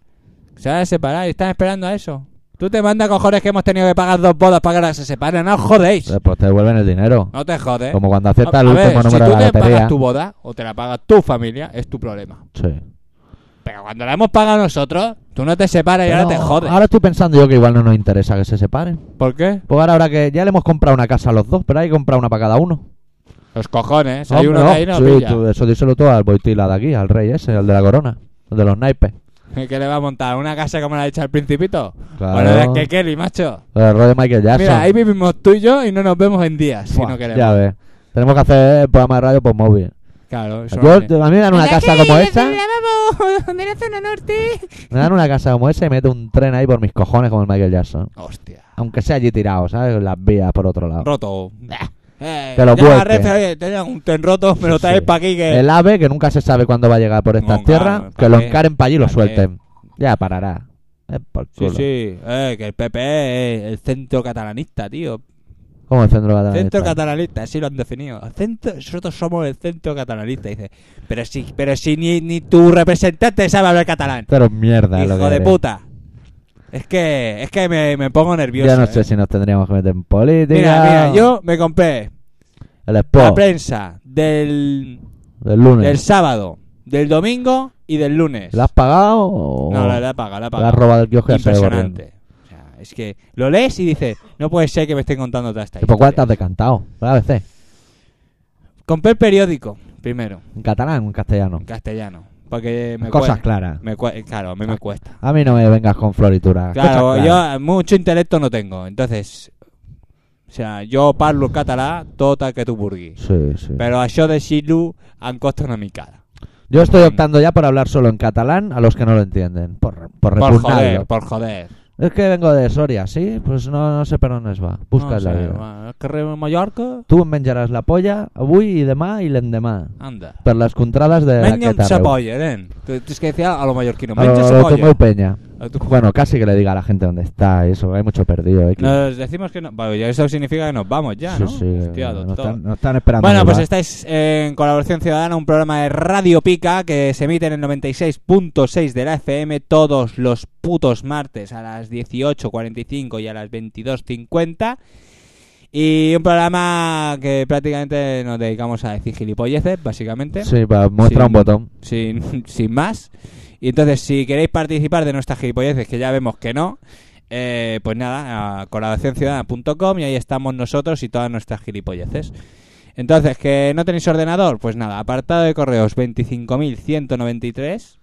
[SPEAKER 8] Se van a separar y están esperando a eso. Tú te mandas cojones que hemos tenido que pagar dos bodas para que ahora se separen. No os jodéis.
[SPEAKER 7] Eh, Pues te devuelven el dinero.
[SPEAKER 8] No te jodes.
[SPEAKER 7] Como cuando aciertas
[SPEAKER 8] A-
[SPEAKER 7] el
[SPEAKER 8] a ver,
[SPEAKER 7] último número
[SPEAKER 8] si
[SPEAKER 7] de
[SPEAKER 8] tú
[SPEAKER 7] la
[SPEAKER 8] te pagas
[SPEAKER 7] lotería.
[SPEAKER 8] tu boda o te la paga tu familia, es tu problema.
[SPEAKER 7] Sí.
[SPEAKER 8] Pero cuando la hemos pagado nosotros, tú no te separas y ahora te
[SPEAKER 7] Pero
[SPEAKER 8] jodes.
[SPEAKER 7] Ahora estoy pensando yo que igual no nos interesa que se separen.
[SPEAKER 8] ¿Por qué?
[SPEAKER 7] Pues ahora, ahora que ya le hemos comprado una casa a los dos, pero hay que comprar una para cada uno.
[SPEAKER 8] Los cojones. Hay uno
[SPEAKER 7] Hombre,
[SPEAKER 8] que ahí no
[SPEAKER 7] sí,
[SPEAKER 8] pilla.
[SPEAKER 7] tú, eso díselo todo al Boitila de aquí, al rey ese, al de la corona, el de los naipes.
[SPEAKER 8] ¿Qué le va a montar? ¿Una casa como la ha hecho al principito?
[SPEAKER 7] Claro.
[SPEAKER 8] Bueno, es que Kelly, macho.
[SPEAKER 7] El rollo de Michael Jackson.
[SPEAKER 8] Mira, ahí vivimos tú y yo y no nos vemos en días si
[SPEAKER 7] Buah,
[SPEAKER 8] no queremos.
[SPEAKER 7] ya ves. Tenemos que hacer el programa de radio por móvil.
[SPEAKER 8] Claro, eso
[SPEAKER 7] Yo,
[SPEAKER 8] no
[SPEAKER 7] a
[SPEAKER 8] tiene-
[SPEAKER 7] mí me dan una casa como esta,
[SPEAKER 8] de la zona norte.
[SPEAKER 7] me dan una casa como esa y meto un tren ahí por mis cojones como el Michael Jackson.
[SPEAKER 8] Hostia.
[SPEAKER 7] Aunque sea allí tirado, ¿sabes? En Las vías por otro lado.
[SPEAKER 8] Roto. Eh,
[SPEAKER 7] Que lo
[SPEAKER 8] llama
[SPEAKER 7] vuelque.
[SPEAKER 8] al refe, oye, tenía un tren roto, me lo traes
[SPEAKER 7] Sí.
[SPEAKER 8] para aquí que...
[SPEAKER 7] El ave, que nunca se sabe cuándo va a llegar por estas
[SPEAKER 8] Monga,
[SPEAKER 7] tierras,
[SPEAKER 8] ¿para
[SPEAKER 7] que lo
[SPEAKER 8] qué?
[SPEAKER 7] encaren para allí y lo
[SPEAKER 8] ¿Para qué?
[SPEAKER 7] suelten. Ya parará. Es por
[SPEAKER 8] Sí,
[SPEAKER 7] culo.
[SPEAKER 8] sí. Eh, que el PP es el centro catalanista, tío.
[SPEAKER 7] ¿Cómo el centro catalán?
[SPEAKER 8] Centro
[SPEAKER 7] está?
[SPEAKER 8] catalanista, así lo han definido. El centro- nosotros somos el centro catalanista, dice. Pero si, pero si ni, ni tu representante sabe hablar catalán.
[SPEAKER 7] Pero mierda, lo
[SPEAKER 8] Hijo
[SPEAKER 7] que
[SPEAKER 8] de
[SPEAKER 7] eres.
[SPEAKER 8] puta. Es que, es que me, me pongo nervioso.
[SPEAKER 7] Yo no
[SPEAKER 8] eh.
[SPEAKER 7] sé si nos tendríamos que meter en política.
[SPEAKER 8] Mira, mira, yo me compré
[SPEAKER 7] El
[SPEAKER 8] la
[SPEAKER 7] spot
[SPEAKER 8] prensa del,
[SPEAKER 7] del lunes.
[SPEAKER 8] del sábado, del domingo y del lunes.
[SPEAKER 7] ¿La has pagado o
[SPEAKER 8] No, la, la he pagado, la he
[SPEAKER 7] la has
[SPEAKER 8] pagado.
[SPEAKER 7] robado del kiosco y has salido corriendo?
[SPEAKER 8] Impresionante. O sea, es que lo lees y dices, no puede ser que me estén contando toda esta
[SPEAKER 7] ¿Y por cuál te
[SPEAKER 8] historia.
[SPEAKER 7] has decantado? ¿Por la ABC?
[SPEAKER 8] Compré el periódico, primero,
[SPEAKER 7] ¿En catalán o en castellano?
[SPEAKER 8] en castellano. Porque me
[SPEAKER 7] Cosas
[SPEAKER 8] cuesta.
[SPEAKER 7] claras.
[SPEAKER 8] Me cue- claro, a mí me cuesta.
[SPEAKER 7] A mí no me vengas con florituras.
[SPEAKER 8] Claro,
[SPEAKER 7] cosas claras.
[SPEAKER 8] yo mucho intelecto no tengo. Entonces, o sea, yo parlo català tot el que tu vulguis.
[SPEAKER 7] Sí, sí.
[SPEAKER 8] Però això de Xilu em costa una micada.
[SPEAKER 7] Yo estoy optando ya por hablar solo en catalán a los que no lo entienden. Por, por
[SPEAKER 8] Por
[SPEAKER 7] repugnarlo.
[SPEAKER 8] joder, por joder.
[SPEAKER 7] Es que vengo de Soria, ¿sí? Pues no, no sé per on es va. Buscas
[SPEAKER 8] no
[SPEAKER 7] la
[SPEAKER 8] sé,
[SPEAKER 7] vida.
[SPEAKER 8] va, al carrer de Mallorca,
[SPEAKER 7] Tu em menjaràs la polla avui i demà i l'endemà.
[SPEAKER 8] anda.
[SPEAKER 7] Per les contrades de
[SPEAKER 8] Menja
[SPEAKER 7] aquest
[SPEAKER 8] un
[SPEAKER 7] arreu.
[SPEAKER 8] sapolla, nen. Tu tens que decir a lo mallorquino,
[SPEAKER 7] A lo-
[SPEAKER 8] menja
[SPEAKER 7] a lo que
[SPEAKER 8] sapolla.
[SPEAKER 7] muy peña.
[SPEAKER 8] A tu-
[SPEAKER 7] Bueno, casi que le diga a la gente dónde está, eso, hay mucho perdido. ¿eh?
[SPEAKER 8] Nos decimos que no. Bueno, ya eso significa que nos vamos ya,
[SPEAKER 7] Sí,
[SPEAKER 8] ¿no?
[SPEAKER 7] sí,
[SPEAKER 8] Hostia,
[SPEAKER 7] no
[SPEAKER 8] doctor.
[SPEAKER 7] están, no están esperando.
[SPEAKER 8] Bueno,
[SPEAKER 7] en el
[SPEAKER 8] pues
[SPEAKER 7] bar.
[SPEAKER 8] estáis en Colaboración Ciudadana, un programa de Radio Pica que se emite en el 96.6 de la FM todos los putos martes a las 18.45 y a las 22.50. Y un programa que prácticamente nos dedicamos a decir gilipolleces, básicamente,
[SPEAKER 7] Sí, va, muestra
[SPEAKER 8] Sí.
[SPEAKER 7] un botón.
[SPEAKER 8] sin, sin más. Y entonces, si queréis participar de nuestras gilipolleces, que ya vemos que no, eh, pues nada, a colaboracionciudadana.com y ahí estamos nosotros y todas nuestras gilipolleces. Entonces, ¿que no tenéis ordenador? Pues nada, apartado de correos 25.193,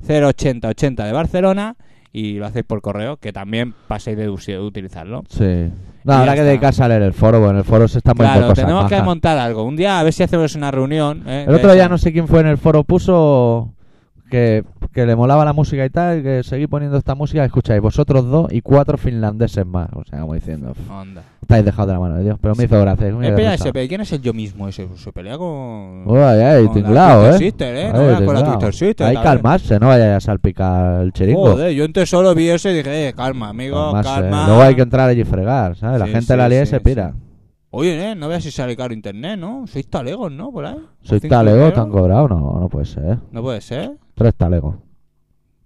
[SPEAKER 8] 08080 de Barcelona y lo hacéis por correo, que también paséis de usi- utilizarlo.
[SPEAKER 7] Sí. No,
[SPEAKER 8] ya
[SPEAKER 7] habrá que
[SPEAKER 8] está.
[SPEAKER 7] dedicarse a leer el foro, porque en el foro se están poniendo
[SPEAKER 8] Claro,
[SPEAKER 7] cosas
[SPEAKER 8] tenemos que
[SPEAKER 7] majas.
[SPEAKER 8] montar algo. Un día a ver si hacemos una reunión. ¿eh?
[SPEAKER 7] El
[SPEAKER 8] de
[SPEAKER 7] otro día
[SPEAKER 8] esas.
[SPEAKER 7] no sé quién fue en el foro, puso que, que le molaba la música y tal, que seguí poniendo esta música, escucháis vosotros dos y cuatro finlandeses más. O sea, como diciendo,
[SPEAKER 8] Onda.
[SPEAKER 7] estáis dejados de la mano de Dios, pero me hizo gracia. me
[SPEAKER 8] Eh,
[SPEAKER 7] hizo
[SPEAKER 8] Espera,
[SPEAKER 7] gracia.
[SPEAKER 8] se pe- ¿quién es el yo mismo ese? Pues Se pelea con.
[SPEAKER 7] Uy, ay, ay,
[SPEAKER 8] con la
[SPEAKER 7] tinglao,
[SPEAKER 8] Twister
[SPEAKER 7] eh.
[SPEAKER 8] Sister, eh, no
[SPEAKER 7] Ay,
[SPEAKER 8] veas con la
[SPEAKER 7] tinglao.
[SPEAKER 8] Twister Sister,
[SPEAKER 7] Hay que
[SPEAKER 8] también.
[SPEAKER 7] calmarse, no vaya a salpicar el chiringo.
[SPEAKER 8] Joder, yo entonces solo vi eso y dije, eh, calma, amigo,
[SPEAKER 7] Calmarse,
[SPEAKER 8] calma.
[SPEAKER 7] eh. Luego hay que entrar allí y fregar, ¿sabes? La
[SPEAKER 8] Sí,
[SPEAKER 7] gente
[SPEAKER 8] sí,
[SPEAKER 7] la lee y
[SPEAKER 8] sí,
[SPEAKER 7] se
[SPEAKER 8] sí.
[SPEAKER 7] pira.
[SPEAKER 8] Oye, eh, no veas si sale caro internet, ¿no? Sois talegos, ¿no? Por ahí.
[SPEAKER 7] ¿Soy
[SPEAKER 8] Cinco
[SPEAKER 7] talego?
[SPEAKER 8] euros.
[SPEAKER 7] ¿Te han cobrado? No, no puede ser.
[SPEAKER 8] No puede ser.
[SPEAKER 7] Tres talegos.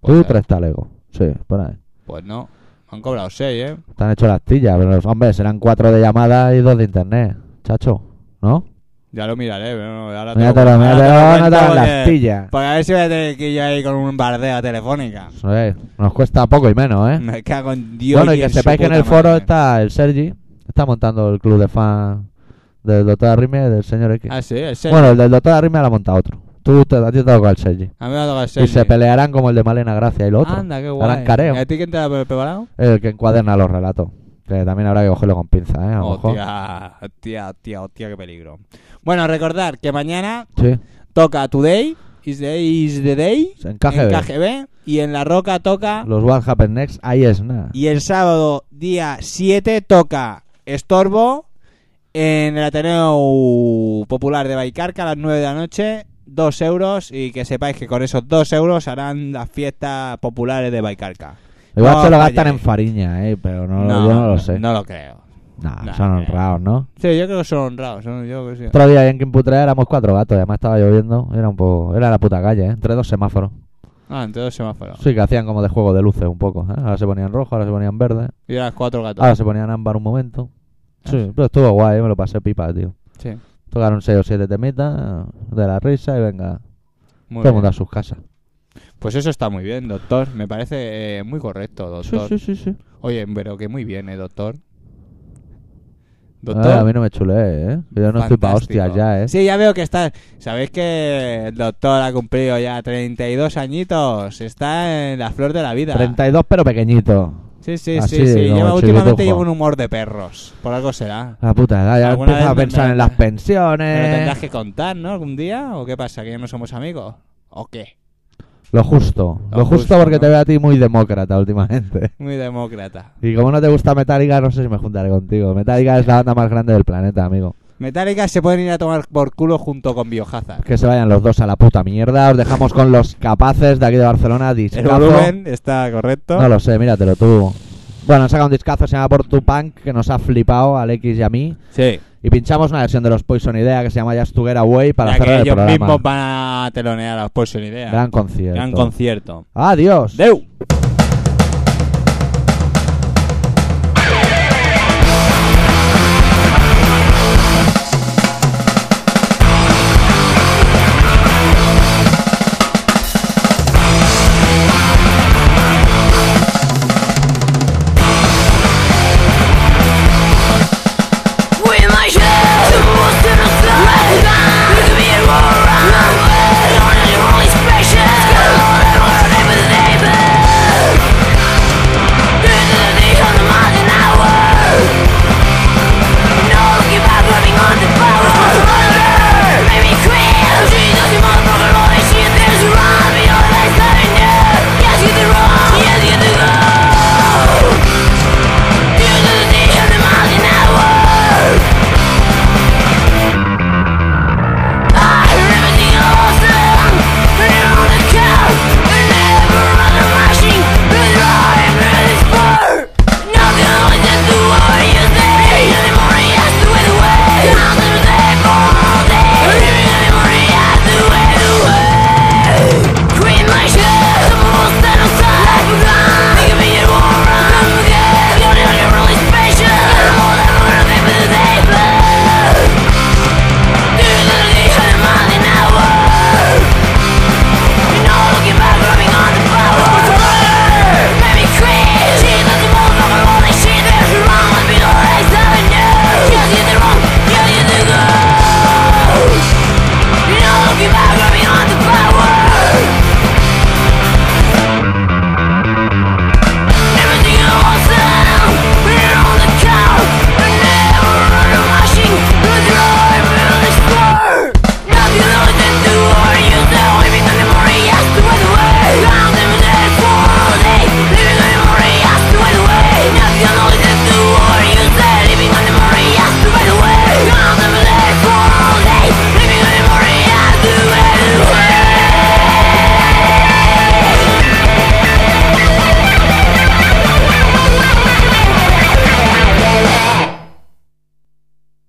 [SPEAKER 8] Pues,
[SPEAKER 7] Tú,
[SPEAKER 8] eh,
[SPEAKER 7] tres talegos. Sí, por ahí.
[SPEAKER 8] Pues no. Me han cobrado seis, ¿eh?
[SPEAKER 7] Te han hecho las tillas, pero los hombres serán cuatro de llamada y dos de internet, chacho. ¿No?
[SPEAKER 8] Ya lo miraré, pero no, ahora te lo-
[SPEAKER 7] Míratelo,
[SPEAKER 8] ahora te lo
[SPEAKER 7] míratelo, no te
[SPEAKER 8] cuento
[SPEAKER 7] hagan las
[SPEAKER 8] porque-
[SPEAKER 7] tillas.
[SPEAKER 8] Porque a ver si voy a tener que ir yo ahí con un bardeo telefónica.
[SPEAKER 7] Eh, nos cuesta poco y menos, ¿eh?
[SPEAKER 8] Me cago en Dios.
[SPEAKER 7] Bueno, y que
[SPEAKER 8] en su
[SPEAKER 7] sepáis que en
[SPEAKER 8] puta
[SPEAKER 7] el foro
[SPEAKER 8] madre.
[SPEAKER 7] está el Sergi, está montando el club de fans del doctor Arrime y del señor X.
[SPEAKER 8] Ah, sí, el Sergi.
[SPEAKER 7] Bueno, el del doctor Arrime lo ha montado otro. Tú te, a ti te toca el Sergi.
[SPEAKER 8] a mí me ha tocado el
[SPEAKER 7] Y se
[SPEAKER 8] Sergi.
[SPEAKER 7] pelearán como el de Malena Gracia y lo otro.
[SPEAKER 8] Anda, qué
[SPEAKER 7] Harán
[SPEAKER 8] guay.
[SPEAKER 7] careo.
[SPEAKER 8] ¿Y a ti quién te la ha preparado?
[SPEAKER 7] El que encuaderna los relatos. Que también habrá que cogerlo con pinzas, ¿eh? A lo mejor.
[SPEAKER 8] Hostia, hostia, hostia, hostia, qué peligro. Bueno, recordar que mañana
[SPEAKER 7] Sí.
[SPEAKER 8] toca Today, Is the, is the Day,
[SPEAKER 7] En KGB.
[SPEAKER 8] en KGB, y en La Roca toca,
[SPEAKER 7] Los What Happens Next, ahí es nada.
[SPEAKER 8] y el sábado día 7 toca Estorbo, en el Ateneo Popular de Baicarca a las 9 de la noche, 2 euros, y que sepáis que con esos 2 euros harán las fiestas populares de Baicarca.
[SPEAKER 7] Igual
[SPEAKER 8] No
[SPEAKER 7] se lo
[SPEAKER 8] os
[SPEAKER 7] gastan
[SPEAKER 8] rayéis.
[SPEAKER 7] en fariña, ¿eh? Pero no, yo no lo sé.
[SPEAKER 8] No lo creo.
[SPEAKER 7] Nah,
[SPEAKER 8] Nah,
[SPEAKER 7] son
[SPEAKER 8] eh.
[SPEAKER 7] honrados, ¿no?
[SPEAKER 8] Sí, yo creo que son honrados. Son, yo creo que sí.
[SPEAKER 7] Otro día en Quimputré éramos cuatro gatos, además estaba lloviendo, era un poco, era la puta calle, ¿eh? entre dos semáforos.
[SPEAKER 8] Ah, entre dos semáforos.
[SPEAKER 7] Sí, que hacían como de juego de luces un poco, ¿eh? ahora se ponían rojo, ahora se ponían verde,
[SPEAKER 8] Y eran cuatro gatos.
[SPEAKER 7] ahora se ponían ámbar un momento. Sí, pero estuvo guay, ¿eh? me lo pasé pipa, tío.
[SPEAKER 8] Sí.
[SPEAKER 7] Tocaron seis o siete temitas de la risa y venga,
[SPEAKER 8] Muy
[SPEAKER 7] todo el mundo
[SPEAKER 8] bien.
[SPEAKER 7] a sus casas.
[SPEAKER 8] Pues eso está muy bien, doctor. Me parece eh, muy correcto, doctor.
[SPEAKER 7] sí, sí.
[SPEAKER 8] Oye, pero que muy bien, eh, doctor.
[SPEAKER 7] Ah, a mí no me chulé, ¿eh? Yo no estoy para
[SPEAKER 8] Fantástico.
[SPEAKER 7] hostias ya, ¿eh?
[SPEAKER 8] Sí, ya veo que estás. Sabéis que el doctor ha cumplido ya 32 añitos. Está en la flor de la vida.
[SPEAKER 7] 32 pero pequeñito.
[SPEAKER 8] Sí, sí,
[SPEAKER 7] Así,
[SPEAKER 8] sí. sí.
[SPEAKER 7] como
[SPEAKER 8] Lleva, últimamente
[SPEAKER 7] chiquitujo.
[SPEAKER 8] lleva un humor de perros. Por algo será.
[SPEAKER 7] La puta edad, ya he
[SPEAKER 8] Alguna
[SPEAKER 7] empezado a
[SPEAKER 8] vez me-
[SPEAKER 7] pensar
[SPEAKER 8] me-
[SPEAKER 7] en las
[SPEAKER 8] Me lo tendrás
[SPEAKER 7] pensiones.
[SPEAKER 8] que contar, ¿no? ¿Algún día? ¿O qué pasa? ¿Que ya no somos amigos? ¿O qué?
[SPEAKER 7] Lo justo,
[SPEAKER 8] Lo
[SPEAKER 7] lo justo
[SPEAKER 8] justo,
[SPEAKER 7] porque
[SPEAKER 8] ¿no?
[SPEAKER 7] te veo a ti muy demócrata últimamente.
[SPEAKER 8] Muy demócrata.
[SPEAKER 7] Y como no te gusta Metallica, no sé si me juntaré contigo. Metallica es la banda más grande del planeta, amigo.
[SPEAKER 8] Metallica se pueden ir a tomar por culo junto con Biohazard.
[SPEAKER 7] Que se vayan los dos a la puta mierda. Os dejamos con los capaces de aquí de Barcelona.
[SPEAKER 8] El
[SPEAKER 7] Discazo.
[SPEAKER 8] volumen está correcto.
[SPEAKER 7] No lo sé, míratelo tú. Bueno, han sacado un discazo, se llama Por Tu Punk, que nos ha flipado al X y a mí.
[SPEAKER 8] Sí.
[SPEAKER 7] Y pinchamos una versión de los Poison Idea que se llama Just to Get Away para
[SPEAKER 8] Ya
[SPEAKER 7] cerrar
[SPEAKER 8] que
[SPEAKER 7] el
[SPEAKER 8] ellos
[SPEAKER 7] programa.
[SPEAKER 8] mismos van a telonear a los Poison Idea.
[SPEAKER 7] Gran concierto.
[SPEAKER 8] Gran concierto.
[SPEAKER 7] Adiós.
[SPEAKER 8] Deu.